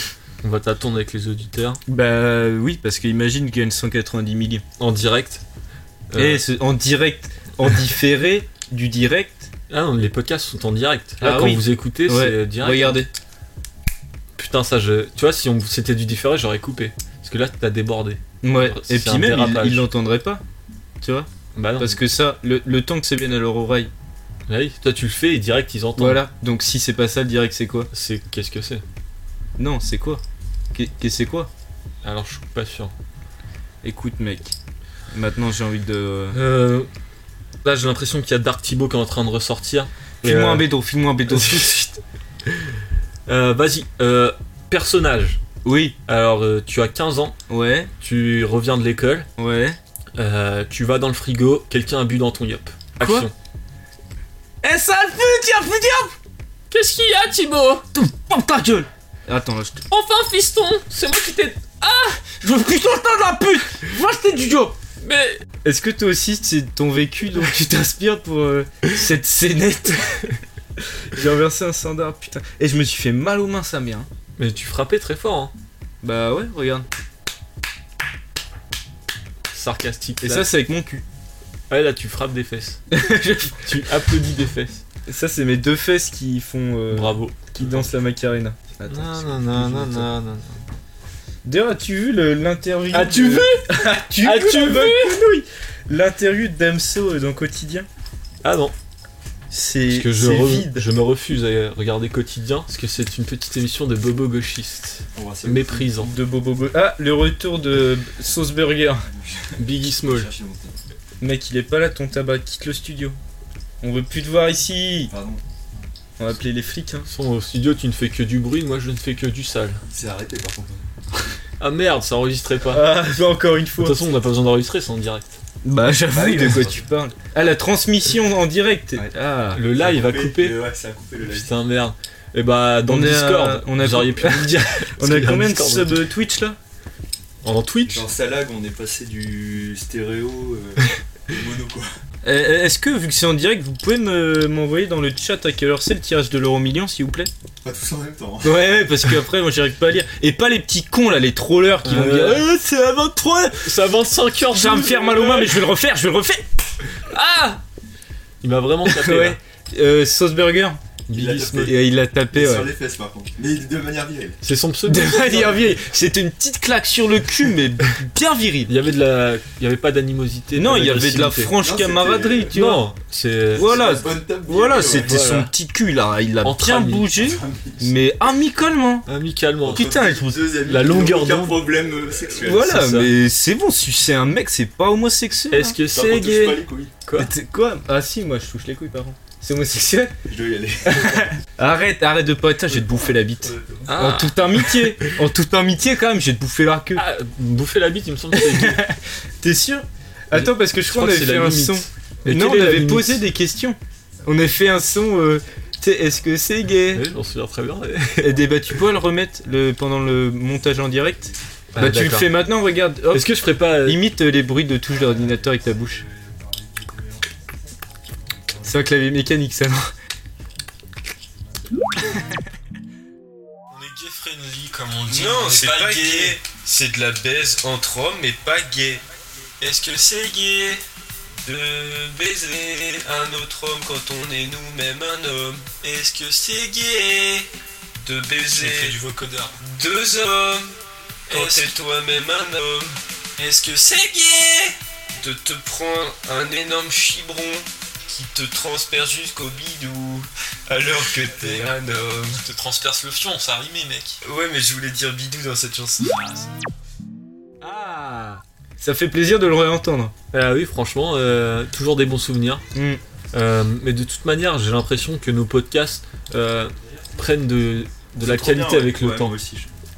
Speaker 1: On va t'attendre avec les auditeurs,
Speaker 2: Bah oui, parce que imagine qu'il y a une 190 millions.
Speaker 1: en direct. Euh,
Speaker 2: Et ce- en direct, en différé du direct.
Speaker 1: Ah non, les podcasts sont en direct. Là,
Speaker 2: Ah
Speaker 1: quand
Speaker 2: oui.
Speaker 1: vous écoutez,
Speaker 2: Ouais,
Speaker 1: c'est euh, direct.
Speaker 2: Regardez.
Speaker 1: Putain, ça, je. Tu vois, si on... c'était du différé, j'aurais coupé. Parce que là, t'as débordé.
Speaker 2: Ouais.
Speaker 1: Oh, C'est
Speaker 2: Et
Speaker 1: un
Speaker 2: puis même, il-
Speaker 1: dérapage.
Speaker 2: il l'entendrait pas. Tu vois
Speaker 1: Bah non.
Speaker 2: Parce que ça, le, le temps que ça vienne à leur oreille.
Speaker 1: Bah oui, toi, tu le fais et direct, ils entendent.
Speaker 2: Voilà. Donc si c'est pas ça, le direct, c'est quoi
Speaker 1: C'est. Qu'est-ce que c'est
Speaker 2: Non, c'est quoi Qu'est- qu'est- C'est quoi
Speaker 1: Alors, je suis pas sûr.
Speaker 2: Écoute, mec. Maintenant, j'ai envie de.
Speaker 1: Euh. Là, j'ai l'impression qu'il y a Dark Thibaut qui est en train de ressortir. Et,
Speaker 2: File-moi
Speaker 1: euh,
Speaker 2: un bédo, file-moi un bédo.
Speaker 1: Euh, Vas-y, euh, personnage.
Speaker 2: oui,
Speaker 1: Alors, euh, tu as 15 ans,
Speaker 2: ouais,
Speaker 1: tu reviens de l'école,
Speaker 2: ouais.
Speaker 1: euh, tu vas dans le frigo, quelqu'un a bu dans ton yop.
Speaker 2: Quoi
Speaker 1: Action.
Speaker 2: Eh, sale pute, y'a plus diable
Speaker 6: Qu'est-ce qu'il y a, Thibaut
Speaker 2: Ferme ta gueule Attends, là, je te.
Speaker 6: Enfin, fiston, c'est moi qui t'ai.
Speaker 2: Je veux plus ton temps de la pute Va acheter du job Mais. Est-ce que toi aussi, c'est ton vécu donc tu t'inspires pour euh, cette scénette J'ai renversé un standard, putain. Et je me suis fait mal aux mains, sa mère. hein.
Speaker 1: Mais tu frappais très fort, hein.
Speaker 2: Bah ouais, regarde.
Speaker 1: Sarcastique.
Speaker 2: Et
Speaker 1: là.
Speaker 2: ça, c'est avec mon cul.
Speaker 1: ouais, là, tu frappes des fesses. tu applaudis des fesses.
Speaker 2: Et ça, c'est mes deux fesses qui font. euh,
Speaker 1: Bravo.
Speaker 2: qui dansent la Macarena. Attends, parce que-
Speaker 1: Non, non, non, non, non.
Speaker 2: D'ailleurs, as-tu vu le- l'interview
Speaker 1: As-tu
Speaker 2: de-
Speaker 1: vu As-tu
Speaker 2: As-tu la
Speaker 1: vu
Speaker 2: bonne grenouille L'interview d'Amso euh, dans Quotidien,
Speaker 1: Ah non,
Speaker 2: c'est
Speaker 1: parce que je,
Speaker 2: c'est
Speaker 1: re-
Speaker 2: vide.
Speaker 1: je me refuse à regarder quotidien, parce que c'est une petite émission de bobo gauchiste. Méprisant.
Speaker 2: De Bobo Go- Ah, le retour de Sauce Burger.
Speaker 1: Biggie Small.
Speaker 2: Mec, il est pas là ton tabac, quitte le studio. On veut plus te voir ici.
Speaker 3: Pardon,
Speaker 2: On va appeler les flics. Hein.
Speaker 1: Son au studio, tu ne fais que du bruit, moi je ne fais que du sale.
Speaker 3: c'est arrêté par contre.
Speaker 1: Ah merde, ça enregistrait pas.
Speaker 2: Ah, bah, encore une
Speaker 1: De toute
Speaker 2: fois.
Speaker 1: façon, on n'a pas besoin d'enregistrer, c'est en direct.
Speaker 2: Bah, j'avoue
Speaker 3: Bah oui,
Speaker 2: de
Speaker 3: mais-
Speaker 2: quoi tu parles. Ah, la transmission en direct.
Speaker 3: Ouais.
Speaker 2: Ah.
Speaker 1: Le live va couper.
Speaker 3: Le- Ouais, ça a coupé le live.
Speaker 1: Putain, merde. Et bah, dans
Speaker 2: On
Speaker 1: le
Speaker 2: est à-
Speaker 1: Discord,
Speaker 2: on a-
Speaker 1: vous auriez pu nous le dire.
Speaker 2: On
Speaker 1: Parce
Speaker 2: a
Speaker 1: qu'il y
Speaker 2: combien
Speaker 1: un
Speaker 2: de
Speaker 1: Discord
Speaker 2: sub euh, Twitch là
Speaker 1: En Twitch
Speaker 3: Genre Salag, on est passé du stéréo euh, au mono quoi.
Speaker 2: Euh, Est-ce que, vu que c'est en direct, vous pouvez me- m'envoyer dans le chat à quelle heure c'est le tirage de l'euro million, s'il vous plaît
Speaker 3: Pas tous en même temps. hein.
Speaker 2: Ouais, ouais, parce qu'après, moi, j'arrive pas à lire. Et pas les petits cons, là, les trollers qui vont
Speaker 1: Ouais.
Speaker 2: dire Eh, c'est à 23
Speaker 1: Ça avance 5 heures.
Speaker 2: Ça va me faire mal aux mains, mais je vais le refaire, je vais le refaire Ah
Speaker 1: Il m'a vraiment tapé.
Speaker 2: Ouais.
Speaker 1: là.
Speaker 2: euh, Sauceburger,
Speaker 3: Il a
Speaker 1: Biggie
Speaker 3: tapé.
Speaker 1: Small.
Speaker 2: Et, euh, il l'a tapé,
Speaker 3: Sur
Speaker 2: ouais.
Speaker 3: les fesses par contre. Mais de manière virile.
Speaker 1: C'est son pseudo.
Speaker 2: De manière vieille, c'était une petite claque sur le cul, mais bien virile.
Speaker 1: Il y avait de la. Il y avait pas d'animosité.
Speaker 2: Non,
Speaker 1: pas
Speaker 2: il y avait de la
Speaker 1: d'agressivité.
Speaker 2: franche
Speaker 3: Non, c'était-
Speaker 2: camaraderie, tu vois.
Speaker 1: Non, c'est.
Speaker 2: Voilà,
Speaker 3: C'est la bonne table
Speaker 2: voilà,
Speaker 3: virile, ouais.
Speaker 2: c'était
Speaker 1: Voilà.
Speaker 2: son petit cul, là. Il l'a
Speaker 1: Entre
Speaker 2: bien
Speaker 1: amis.
Speaker 2: bougé, mais amicalement.
Speaker 1: Amicalement.
Speaker 2: Qui- Putain, je
Speaker 3: deux amis
Speaker 1: la
Speaker 3: qui n'ont
Speaker 1: longueur
Speaker 3: aucun
Speaker 1: d'onde.
Speaker 3: problème euh, sexuel.
Speaker 2: Voilà,
Speaker 1: c'est ça.
Speaker 2: mais c'est bon, si c'est un mec, c'est pas homosexuel.
Speaker 1: Est-ce que
Speaker 3: Par
Speaker 1: c'est
Speaker 3: contre, touche pas
Speaker 1: gay
Speaker 3: les couilles.
Speaker 1: quoi
Speaker 2: Mais t'es- quoi Ah si, moi je touche les couilles, par contre. C'est homosexuel
Speaker 3: Je dois y aller.
Speaker 2: Arrête, arrête de pas. Putain, je vais te bouffer la bite. En
Speaker 1: Ah,
Speaker 2: toute amitié, en toute amitié quand même, je vais te bouffer la queue.
Speaker 1: ah, bouffer la bite, il me semble que c'est gay.
Speaker 2: T'es sûr Attends, parce que je,
Speaker 1: Je
Speaker 2: crois
Speaker 1: crois
Speaker 2: qu'on
Speaker 1: que
Speaker 2: avait
Speaker 1: c'est
Speaker 2: fait
Speaker 1: la
Speaker 2: un
Speaker 1: limite.
Speaker 2: son.
Speaker 1: Mais quelle
Speaker 2: non, on
Speaker 1: est la
Speaker 2: avait
Speaker 1: limite
Speaker 2: posé des questions. On a fait un son. euh, tu sais, Est-ce que c'est gay
Speaker 1: Oui, je m'en souviens très bien.
Speaker 2: Et des bah tu peux le remettre le, pendant le montage en direct
Speaker 1: Ah,
Speaker 2: Bah tu le
Speaker 1: d'accord.
Speaker 2: fais maintenant, regarde. Hop,
Speaker 1: Est-ce que je ferais pas. euh,
Speaker 2: imite euh, les bruits de touche d'ordinateur avec ta bouche. C'est un clavier mécanique ça non
Speaker 6: On est gay friendly comme on dit.
Speaker 7: Non,
Speaker 6: On est
Speaker 7: c'est pas, gay. C'est de la baise entre hommes, mais pas gay.
Speaker 6: Est-ce que c'est gay
Speaker 7: De baiser un autre homme quand on est nous-mêmes un homme.
Speaker 6: Est-ce que c'est gay
Speaker 7: De
Speaker 6: J'ai fait du
Speaker 7: baiser
Speaker 6: vocodeur.
Speaker 7: deux hommes quand
Speaker 6: Est-ce-
Speaker 7: t'es toi-même un homme.
Speaker 6: Est-ce que c'est gay
Speaker 7: De te prendre un énorme chibron qui te transperce jusqu'au bidou alors que t'es un homme.
Speaker 6: Je te transperce le fion, ça rimait mec.
Speaker 7: Ouais, mais je voulais dire bidou dans cette chanson.
Speaker 2: Ah Ça fait plaisir de le réentendre.
Speaker 1: Ah oui, franchement, euh, toujours des bons souvenirs.
Speaker 2: Mm.
Speaker 1: Euh, mais de toute manière, j'ai l'impression que nos podcasts euh, prennent de, de la qualité avec le temps.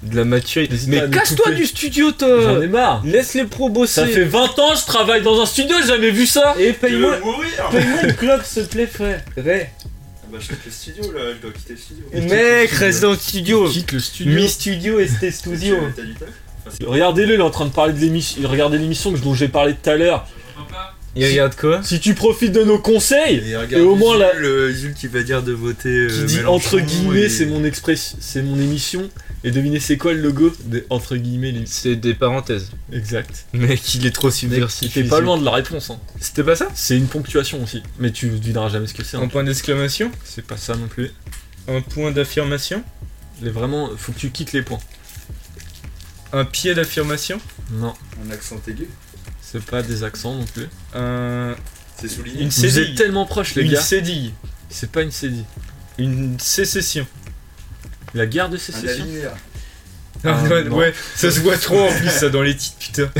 Speaker 2: De la maturité.
Speaker 1: N'hésite pas à
Speaker 2: Mais
Speaker 1: nous
Speaker 2: casse-toi
Speaker 1: couper.
Speaker 2: du studio,
Speaker 1: J'en
Speaker 2: toi
Speaker 1: ai marre.
Speaker 2: Laisse les pros bosser
Speaker 1: Ça fait 20 ans que je travaille dans un studio, j'ai jamais vu ça.
Speaker 2: Et
Speaker 3: Tu
Speaker 2: paye-moi
Speaker 3: veux mourir
Speaker 2: paye-moi une clope, s'il te plaît, frère Ray.
Speaker 3: Ah Bah, je quitte le studio là, je dois quitter le studio.
Speaker 2: Mec, reste dans le studio
Speaker 1: Quitte le studio.
Speaker 2: Mi Studio ST Studio
Speaker 3: Tu- T'as du taf
Speaker 1: Regardez-le, il est en train de parler de l'émission. Regardez l'émission dont j'ai parlé tout à l'heure.
Speaker 2: Il regarde quoi
Speaker 1: Si tu profites de nos conseils,
Speaker 3: Et, euh,
Speaker 1: Et au moins, là-
Speaker 3: Le Jules qui va dire de voter.
Speaker 1: qui dit entre guillemets, c'est mon express, c'est mon émission. Et devinez c'est quoi le logo de entre guillemets l'émission.
Speaker 2: C'est des parenthèses.
Speaker 1: Exact.
Speaker 2: Mec, il est trop
Speaker 1: Il
Speaker 2: subversif.
Speaker 1: fait
Speaker 2: il
Speaker 1: pas
Speaker 2: est-
Speaker 1: loin de la réponse. hein.
Speaker 2: C'était pas ça
Speaker 1: C'est une ponctuation aussi, mais tu devineras jamais ce que c'est. hein.
Speaker 2: Un point d'exclamation
Speaker 1: C'est pas ça non plus.
Speaker 2: Un point d'affirmation
Speaker 1: Mais vraiment, faut que tu quittes les points.
Speaker 2: Un pied d'affirmation
Speaker 1: Non,
Speaker 3: Un accent aigu.
Speaker 1: c'est pas des accents non plus.
Speaker 2: Un...
Speaker 3: C'est souligné.
Speaker 2: Une
Speaker 1: Vous êtes
Speaker 2: cédille
Speaker 1: tellement proches les
Speaker 2: Une
Speaker 1: gars.
Speaker 2: cédille
Speaker 1: C'est pas une cédille.
Speaker 2: Une sécession
Speaker 1: La guerre de
Speaker 3: Un
Speaker 1: sécession.
Speaker 3: alinéa.
Speaker 2: Ah,
Speaker 1: Ah,
Speaker 2: ouais,
Speaker 1: non.
Speaker 2: ouais, ça se voit trop en plus ça dans les titres, putain.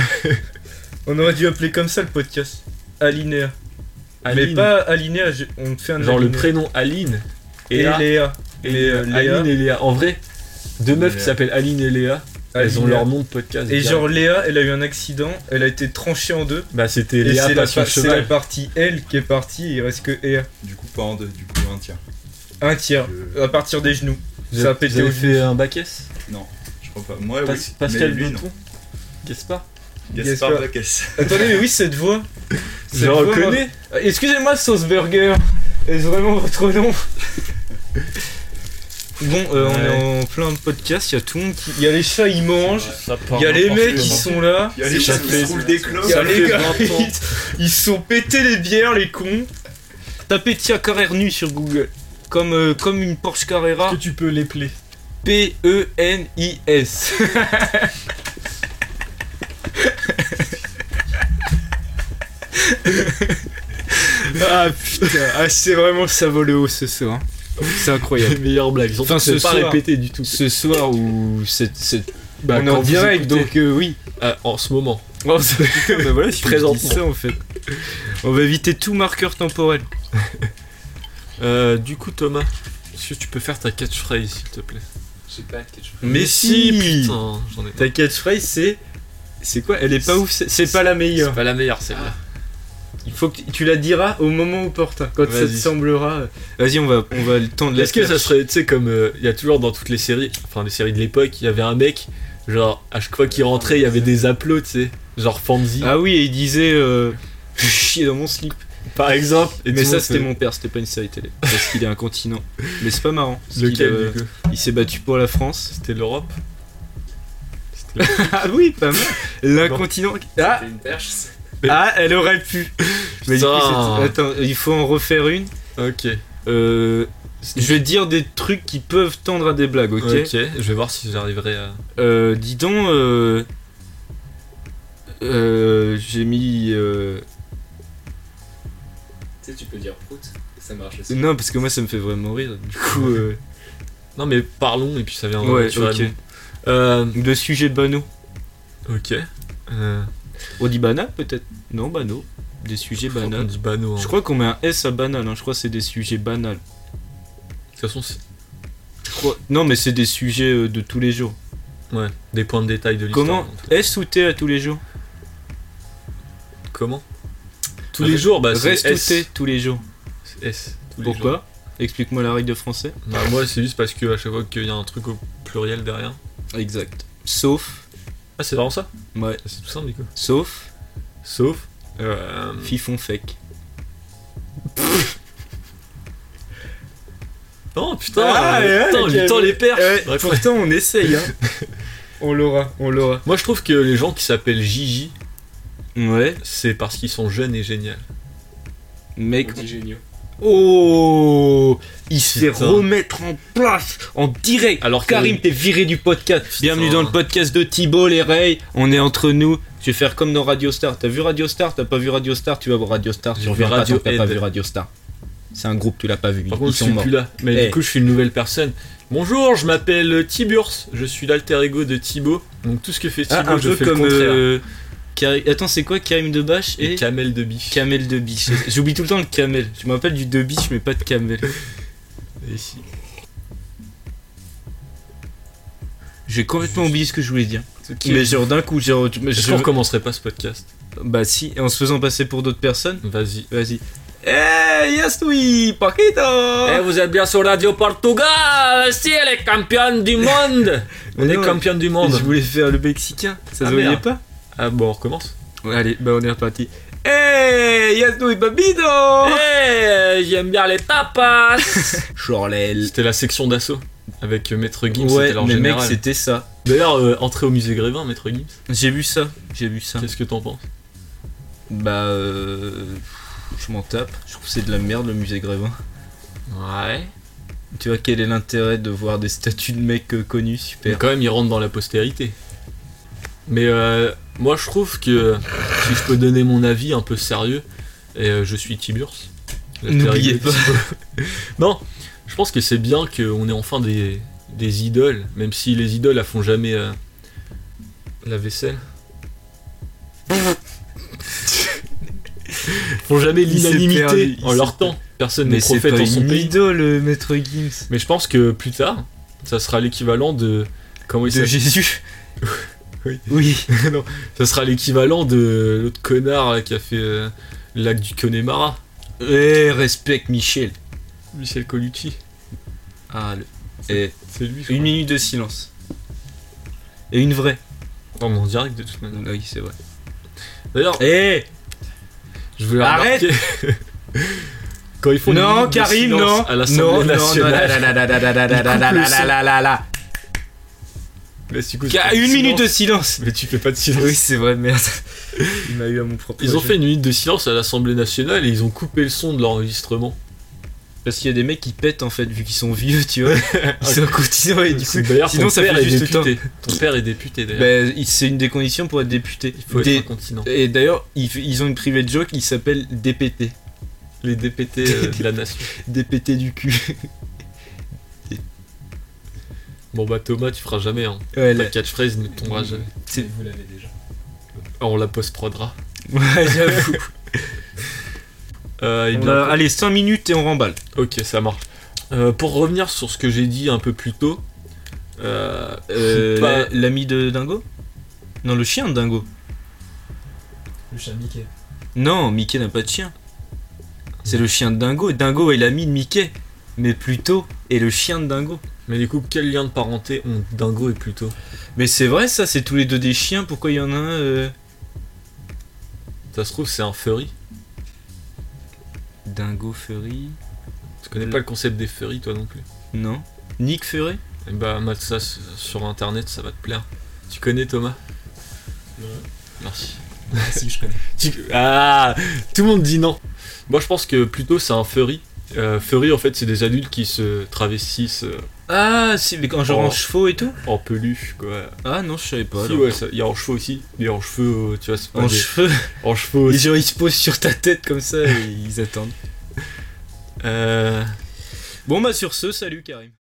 Speaker 2: On aurait dû appeler comme ça le podcast. Alinéa. Mais
Speaker 1: Aline.
Speaker 2: pas Alinéa, je- on fait un
Speaker 1: Genre le
Speaker 2: alinéa.
Speaker 1: prénom Aline.
Speaker 2: Et
Speaker 1: là-
Speaker 2: Léa.
Speaker 1: Et
Speaker 2: Mais, euh, Léa-
Speaker 1: Aline et Léa. En vrai, deux meufs
Speaker 3: Léa.
Speaker 1: qui s'appellent Aline et Léa, elles ont
Speaker 2: Alinéa.
Speaker 1: leur nom de podcast.
Speaker 2: Et
Speaker 1: direct.
Speaker 2: genre Léa, elle a eu un accident, elle a été tranchée en deux.
Speaker 1: Bah c'était
Speaker 2: Et,
Speaker 1: Léa
Speaker 2: c'est la,
Speaker 1: Passion
Speaker 2: par- c'est la
Speaker 1: Cheval.
Speaker 2: partie L qui est partie, et il reste que Léa.
Speaker 3: Du coup, pas en deux, du coup, un tiers.
Speaker 2: Un tiers,
Speaker 3: Je-
Speaker 2: Euh, à partir des genoux.
Speaker 1: Vous
Speaker 2: Ça a
Speaker 1: avez-
Speaker 2: pété
Speaker 1: vous avez
Speaker 2: au
Speaker 1: fait un bac S
Speaker 3: Je comprends pas. Moi,
Speaker 2: Pas-
Speaker 3: oui.
Speaker 2: Pascal
Speaker 3: mais lui, non.
Speaker 2: Bonton Gaspard
Speaker 3: Gaspard
Speaker 2: Gaspard.
Speaker 3: Lacasse.
Speaker 2: Attendez, mais oui, cette voix.
Speaker 1: Je
Speaker 2: Cette
Speaker 1: le
Speaker 2: voix,
Speaker 1: reconnais.
Speaker 2: moi- Euh, Excusez-moi, Sauce Burger. Est-ce vraiment votre nom Bon, euh, on est en plein podcast, il y a tout le monde qui... Il y a les chats, ils mangent. Il y a les mecs, qui sont là.
Speaker 3: Il y a les
Speaker 1: Ça
Speaker 3: chats qui
Speaker 1: fait-
Speaker 3: se roulent des
Speaker 2: Il y
Speaker 3: clopes.
Speaker 2: a
Speaker 1: Ça
Speaker 2: les
Speaker 1: fait
Speaker 2: gars,
Speaker 1: 20 ans.
Speaker 2: ils, ils se sont pétés les bières, les cons. Tapez Tia Carrère nu sur Google. Comme, euh, comme une Porsche Carrera. E
Speaker 1: que tu peux les plaies
Speaker 2: P-E-N-I-S. ah putain, ah, c'est vraiment ça vole haut ce soir. C'est incroyable.
Speaker 1: Les meilleures blagues. Surtout
Speaker 2: Enfin,
Speaker 1: que
Speaker 2: ce
Speaker 1: c'est pas
Speaker 2: soir.
Speaker 1: répété du tout.
Speaker 2: Ce soir où cette, cette-
Speaker 1: Bah,
Speaker 2: on est
Speaker 1: quand
Speaker 2: en
Speaker 1: vous
Speaker 2: direct,
Speaker 1: écoutez-
Speaker 2: donc euh, oui.
Speaker 1: Ah, en ce moment.
Speaker 2: Oh, ça- putain, bah voilà, je suis
Speaker 1: Présentement.
Speaker 2: ça en fait. On va éviter tout marqueur temporel.
Speaker 1: Euh, du coup, Thomas, est-ce que tu peux faire ta catchphrase, s'il te plaît
Speaker 7: J'ai pas de ketchup.
Speaker 2: Mais si,
Speaker 1: Putain, j'en ai.
Speaker 2: Ta catchphrase c'est c'est quoi Elle est pas ouf, c'est- c'est pas la meilleure.
Speaker 1: C'est pas la meilleure, celle-là.
Speaker 2: Il faut que tu la diras au moment opportun, quand ça te
Speaker 1: Vas-y.
Speaker 2: semblera. euh. Vas-y, on va, on va le temps de la
Speaker 1: Est-ce que
Speaker 2: faire.
Speaker 1: ça serait, tu sais, comme euh, il y a toujours dans toutes les séries, enfin les séries de l'époque, il y avait un mec, genre à chaque fois qu'il rentrait, il y avait des applaudissements, tu sais, genre Fanzi,
Speaker 2: Ah oui, et il disait euh, Je vais chier dans mon slip.
Speaker 1: par exemple. Et
Speaker 2: Mais
Speaker 1: tout le
Speaker 2: ça,
Speaker 1: monde
Speaker 2: c'était
Speaker 1: fait-
Speaker 2: mon père, c'était pas une série télé. Parce qu'il est incontinent. Mais c'est pas marrant. parce qu'il,
Speaker 1: Lequel
Speaker 2: euh,
Speaker 1: du coup
Speaker 2: Il s'est battu pour la France.
Speaker 1: C'était l'Europe
Speaker 2: ah oui, pas mal. L'incontinent. Ah,
Speaker 7: T'as une perche c'est-
Speaker 2: ah, elle aurait pu. Mais du coup,
Speaker 1: Putain.
Speaker 2: c'est- attends, il faut en refaire une.
Speaker 1: Ok.
Speaker 2: Euh, je vais dire des trucs qui peuvent tendre à des blagues, ok
Speaker 1: ok. je vais voir si j'arriverai à.
Speaker 2: Euh, dis donc, euh, euh, j'ai mis. euh,
Speaker 7: Tu sais, tu peux dire prout, et ça marche aussi.
Speaker 2: Non, parce que moi ça me fait vraiment rire. Du coup, euh,
Speaker 1: Non mais parlons et puis ça viendra
Speaker 2: ouais, ok.
Speaker 1: naturellement. Euh,
Speaker 2: Le sujet Bano.
Speaker 1: ok. Euh,
Speaker 2: On dit Bana peut-être Non, Bano. Des sujets
Speaker 1: on
Speaker 2: banals.
Speaker 1: dit Bano. hein.
Speaker 2: Je crois qu'on met un S à banal, hein. je crois que c'est des sujets banals.
Speaker 1: De toute façon, c'est-
Speaker 2: Je crois- Non, mais c'est des sujets euh, de tous les jours.
Speaker 1: ouais, des points de détail de l'histoire.
Speaker 2: Comment
Speaker 1: en fait.
Speaker 2: S ou T à tous les jours
Speaker 1: Comment Tous
Speaker 2: Re-
Speaker 1: les jours, bah c'est
Speaker 2: Reste ou
Speaker 1: S.
Speaker 2: T tous les jours
Speaker 1: C'est S. tous les jours.
Speaker 2: Pourquoi Explique-moi la règle de français.
Speaker 1: Bah, Moi, c'est juste parce que à chaque fois qu'il y a un truc au pluriel derrière.
Speaker 2: Exact. Sauf.
Speaker 1: Ah, c'est vraiment ça
Speaker 2: Ouais.
Speaker 1: C'est tout simple du coup.
Speaker 2: Sauf.
Speaker 1: Sauf. Euh,
Speaker 2: Fifon fake.
Speaker 1: Non, putain,
Speaker 2: Ah,
Speaker 1: euh,
Speaker 2: ouais,
Speaker 1: putain,
Speaker 2: ok,
Speaker 1: lui tend
Speaker 2: mais-
Speaker 1: les perches.
Speaker 2: Ouais,
Speaker 1: Bref, ouais.
Speaker 2: pourtant, on essaye. Hein. on l'aura, on l'aura.
Speaker 1: Moi, je trouve que les gens qui s'appellent Gigi,
Speaker 2: Ouais,
Speaker 1: c'est parce qu'ils sont jeunes et géniaux.
Speaker 2: mec.
Speaker 7: On dit géniaux.
Speaker 2: Oh Il se fait
Speaker 1: Putain.
Speaker 2: remettre en place, en direct.
Speaker 1: Alors que-
Speaker 2: Karim, t'es viré du podcast.
Speaker 1: Putain.
Speaker 2: Bienvenue dans le podcast de Thibault, les Ray. On est entre nous. Je vais faire comme dans Radio Star. T'as vu Radio Star T'as pas vu Radio Star Tu vas voir Radio Star.
Speaker 1: J'ai
Speaker 2: Tu
Speaker 1: vu
Speaker 2: reviens pas tant que t'as pas
Speaker 1: Radiohead.
Speaker 2: vu Radio Star. C'est un groupe, tu l'as pas vu.
Speaker 1: Par
Speaker 2: Ils
Speaker 1: contre, je
Speaker 2: sont
Speaker 1: suis
Speaker 2: morts.
Speaker 1: plus là. Mais
Speaker 2: Eh.
Speaker 1: du coup, je suis une nouvelle personne. Bonjour, je m'appelle Tiburs. Je suis l'alter ego de Thibaut. Donc, tout ce que fait Thibaut,
Speaker 2: Ah, un
Speaker 1: je
Speaker 2: peu
Speaker 1: fais
Speaker 2: comme.
Speaker 1: le contraire.
Speaker 2: euh, Karim- Attends, c'est quoi Karim Debache
Speaker 1: Et
Speaker 2: et
Speaker 1: Kamel de Biche.
Speaker 2: Camel de biche. J'oublie tout le temps le camel. Je me rappelle du de biche, mais pas de camel.
Speaker 1: Ici.
Speaker 2: J'ai complètement oublié ce que je voulais dire. Mais
Speaker 1: Mais
Speaker 2: genre d'un coup, genre. je-
Speaker 1: je
Speaker 2: je-
Speaker 1: recommencerai pas ce podcast.
Speaker 2: Bah si, en se faisant passer pour d'autres personnes.
Speaker 1: Vas-y.
Speaker 2: Vas-y. Eh, yes, oui, Paquito
Speaker 1: Eh,
Speaker 2: Eh,
Speaker 1: vous êtes bien sur Radio Portugal. Si elle est championne du monde.
Speaker 2: Mais
Speaker 1: on est
Speaker 2: non,
Speaker 1: championne du
Speaker 2: Je
Speaker 1: monde.
Speaker 2: voulais faire le mexicain. Ça
Speaker 1: Ah,
Speaker 2: se voyait
Speaker 1: merde.
Speaker 2: pas
Speaker 1: Ah bon, on recommence.
Speaker 2: Ouais, Allez, bah on est reparti. Eh, yes, oui, Babino
Speaker 1: Eh, j'aime bien les tapas.
Speaker 2: Chorlel.
Speaker 1: C'était la section d'assaut avec euh, Maître Gims.
Speaker 2: Ouais,
Speaker 1: c'était leur
Speaker 2: mais mec,
Speaker 1: général.
Speaker 2: c'était ça.
Speaker 1: D'ailleurs, euh, entrée au musée Grévin, Maître Gims.
Speaker 2: J'ai vu ça. J'ai vu ça.
Speaker 1: Qu'est-ce que t'en penses
Speaker 2: Bah, euh, je m'en tape. Je trouve que c'est de la merde le musée Grévin.
Speaker 1: Ouais.
Speaker 2: Tu vois quel est l'intérêt de voir des statues de mecs euh, connus,
Speaker 1: Mais
Speaker 2: super.
Speaker 1: quand même, il rentre dans la postérité. Mais euh, moi, je trouve que si je peux donner mon avis un peu sérieux, et euh, je suis Tiburce.
Speaker 2: N'oubliez pas.
Speaker 1: non, je pense que c'est bien qu'on ait enfin des, des idoles, même si les idoles, elles font jamais euh, la vaisselle. font jamais
Speaker 2: Il s'est perdu,
Speaker 1: l'unanimité
Speaker 2: il
Speaker 1: en
Speaker 2: s'est
Speaker 1: leur
Speaker 2: perdu.
Speaker 1: temps. Personne n'est prophète en son pays.
Speaker 2: idole, euh, maître Gims.
Speaker 1: Mais je pense que plus tard, ça sera l'équivalent de. Comment il
Speaker 2: De
Speaker 1: s'appelle
Speaker 2: Jésus.
Speaker 1: Oui.
Speaker 2: Oui.
Speaker 1: Ça sera l'équivalent de l'autre connard là, qui a fait euh, le lac du Connemara,
Speaker 2: Eh, respecte Michel.
Speaker 1: Michel Colucci.
Speaker 2: Ah, le... Eh,
Speaker 1: C'est lui. je
Speaker 2: une minute de silence. Et une vraie. Ah
Speaker 1: Non, mais en direct de toute manière.
Speaker 2: Oui, c'est vrai.
Speaker 1: D'ailleurs,
Speaker 2: Eh
Speaker 1: je voulais
Speaker 2: Arrête
Speaker 1: remarquer. Quand ils font une
Speaker 2: Non,
Speaker 1: minute de
Speaker 2: Karim,
Speaker 1: silence
Speaker 2: non
Speaker 1: à l'Assemblée nationale. Mais du coup,
Speaker 2: Il y a
Speaker 1: c'est
Speaker 2: une
Speaker 1: silence.
Speaker 2: minute de silence
Speaker 1: Mais tu fais pas de silence.
Speaker 2: Oui, c'est vrai, merde. Il m'a eu à mon propre.
Speaker 1: Ils ont
Speaker 2: jeu.
Speaker 1: fait une minute de silence à l'Assemblée nationale et ils ont coupé le son de l'enregistrement.
Speaker 2: Parce qu'il y a des mecs qui pètent en fait, vu qu'ils sont vieux, tu vois. Ils sont continents et du coup.
Speaker 1: Ah, D'ailleurs,
Speaker 2: sinon,
Speaker 1: ton
Speaker 2: ça
Speaker 1: père est
Speaker 2: fait juste le
Speaker 1: député. Ton père est député d'ailleurs.
Speaker 2: Ben, il- c'est une des conditions pour être député.
Speaker 1: il faut
Speaker 2: Bah, Des-
Speaker 1: être un continent.
Speaker 2: Et d'ailleurs, ils, ils ont une private joke, il s'appelle DPT.
Speaker 1: Les députés euh, de la nation.
Speaker 2: DPT du cul.
Speaker 1: Bon bah Thomas, tu feras jamais. Hein.
Speaker 2: Ouais, là.
Speaker 1: La catchphrase ne tombera jamais.
Speaker 2: C'est-
Speaker 3: Vous l'avez déjà.
Speaker 1: Ah, On la post-prodera.
Speaker 2: Ouais, j'avoue.
Speaker 1: Euh, et
Speaker 2: On
Speaker 1: bien,
Speaker 2: a- Allez, 5 minutes et on remballe.
Speaker 1: Ok, ça marche. Euh, pour revenir sur ce que j'ai dit un peu plus tôt, euh,
Speaker 2: Euh,
Speaker 1: Pas-
Speaker 2: la- L'ami de Dingo Non, le chien de Dingo.
Speaker 3: Le chat Mickey.
Speaker 2: Non, Mickey n'a pas de chien. C'est le chien de Dingo. Dingo est l'ami de Mickey. Mais plutôt est le chien de Dingo.
Speaker 1: mais du coup, quel lien de parenté ont Dingo et Pluto
Speaker 2: Mais c'est vrai, ça, c'est tous les deux des chiens. Pourquoi il y en a un euh,
Speaker 1: Ça se trouve, c'est un furry.
Speaker 2: Dingo Furry
Speaker 1: Tu connais pas le concept des furries, toi non plus
Speaker 2: Non. Nick Furry
Speaker 1: Et bah, mate ça s- sur internet, ça va te plaire. Tu connais Thomas
Speaker 3: Non.
Speaker 1: Merci.
Speaker 3: Ah, si, je connais.
Speaker 1: Tu- Ah Tout le monde dit non Moi, je pense que Pluto, c'est un furry. Euh, furry, en fait, c'est des adultes qui se travestissent euh,
Speaker 2: Ah, c'est mais quand genre
Speaker 1: Oh.
Speaker 2: en chevaux et tout
Speaker 1: en peluche, quoi.
Speaker 2: Ah non, je savais pas.
Speaker 1: Si,
Speaker 2: alors.
Speaker 1: ouais, ça- il y a en cheveux aussi. Il y a en cheveux, euh, tu vois, c'est pas
Speaker 2: En
Speaker 1: des-
Speaker 2: cheveux.
Speaker 1: en cheveux
Speaker 2: Les
Speaker 1: aussi.
Speaker 2: gens ils se posent sur ta tête comme ça et ils attendent.
Speaker 1: Euh...
Speaker 2: Bon bah sur ce, salut Karim.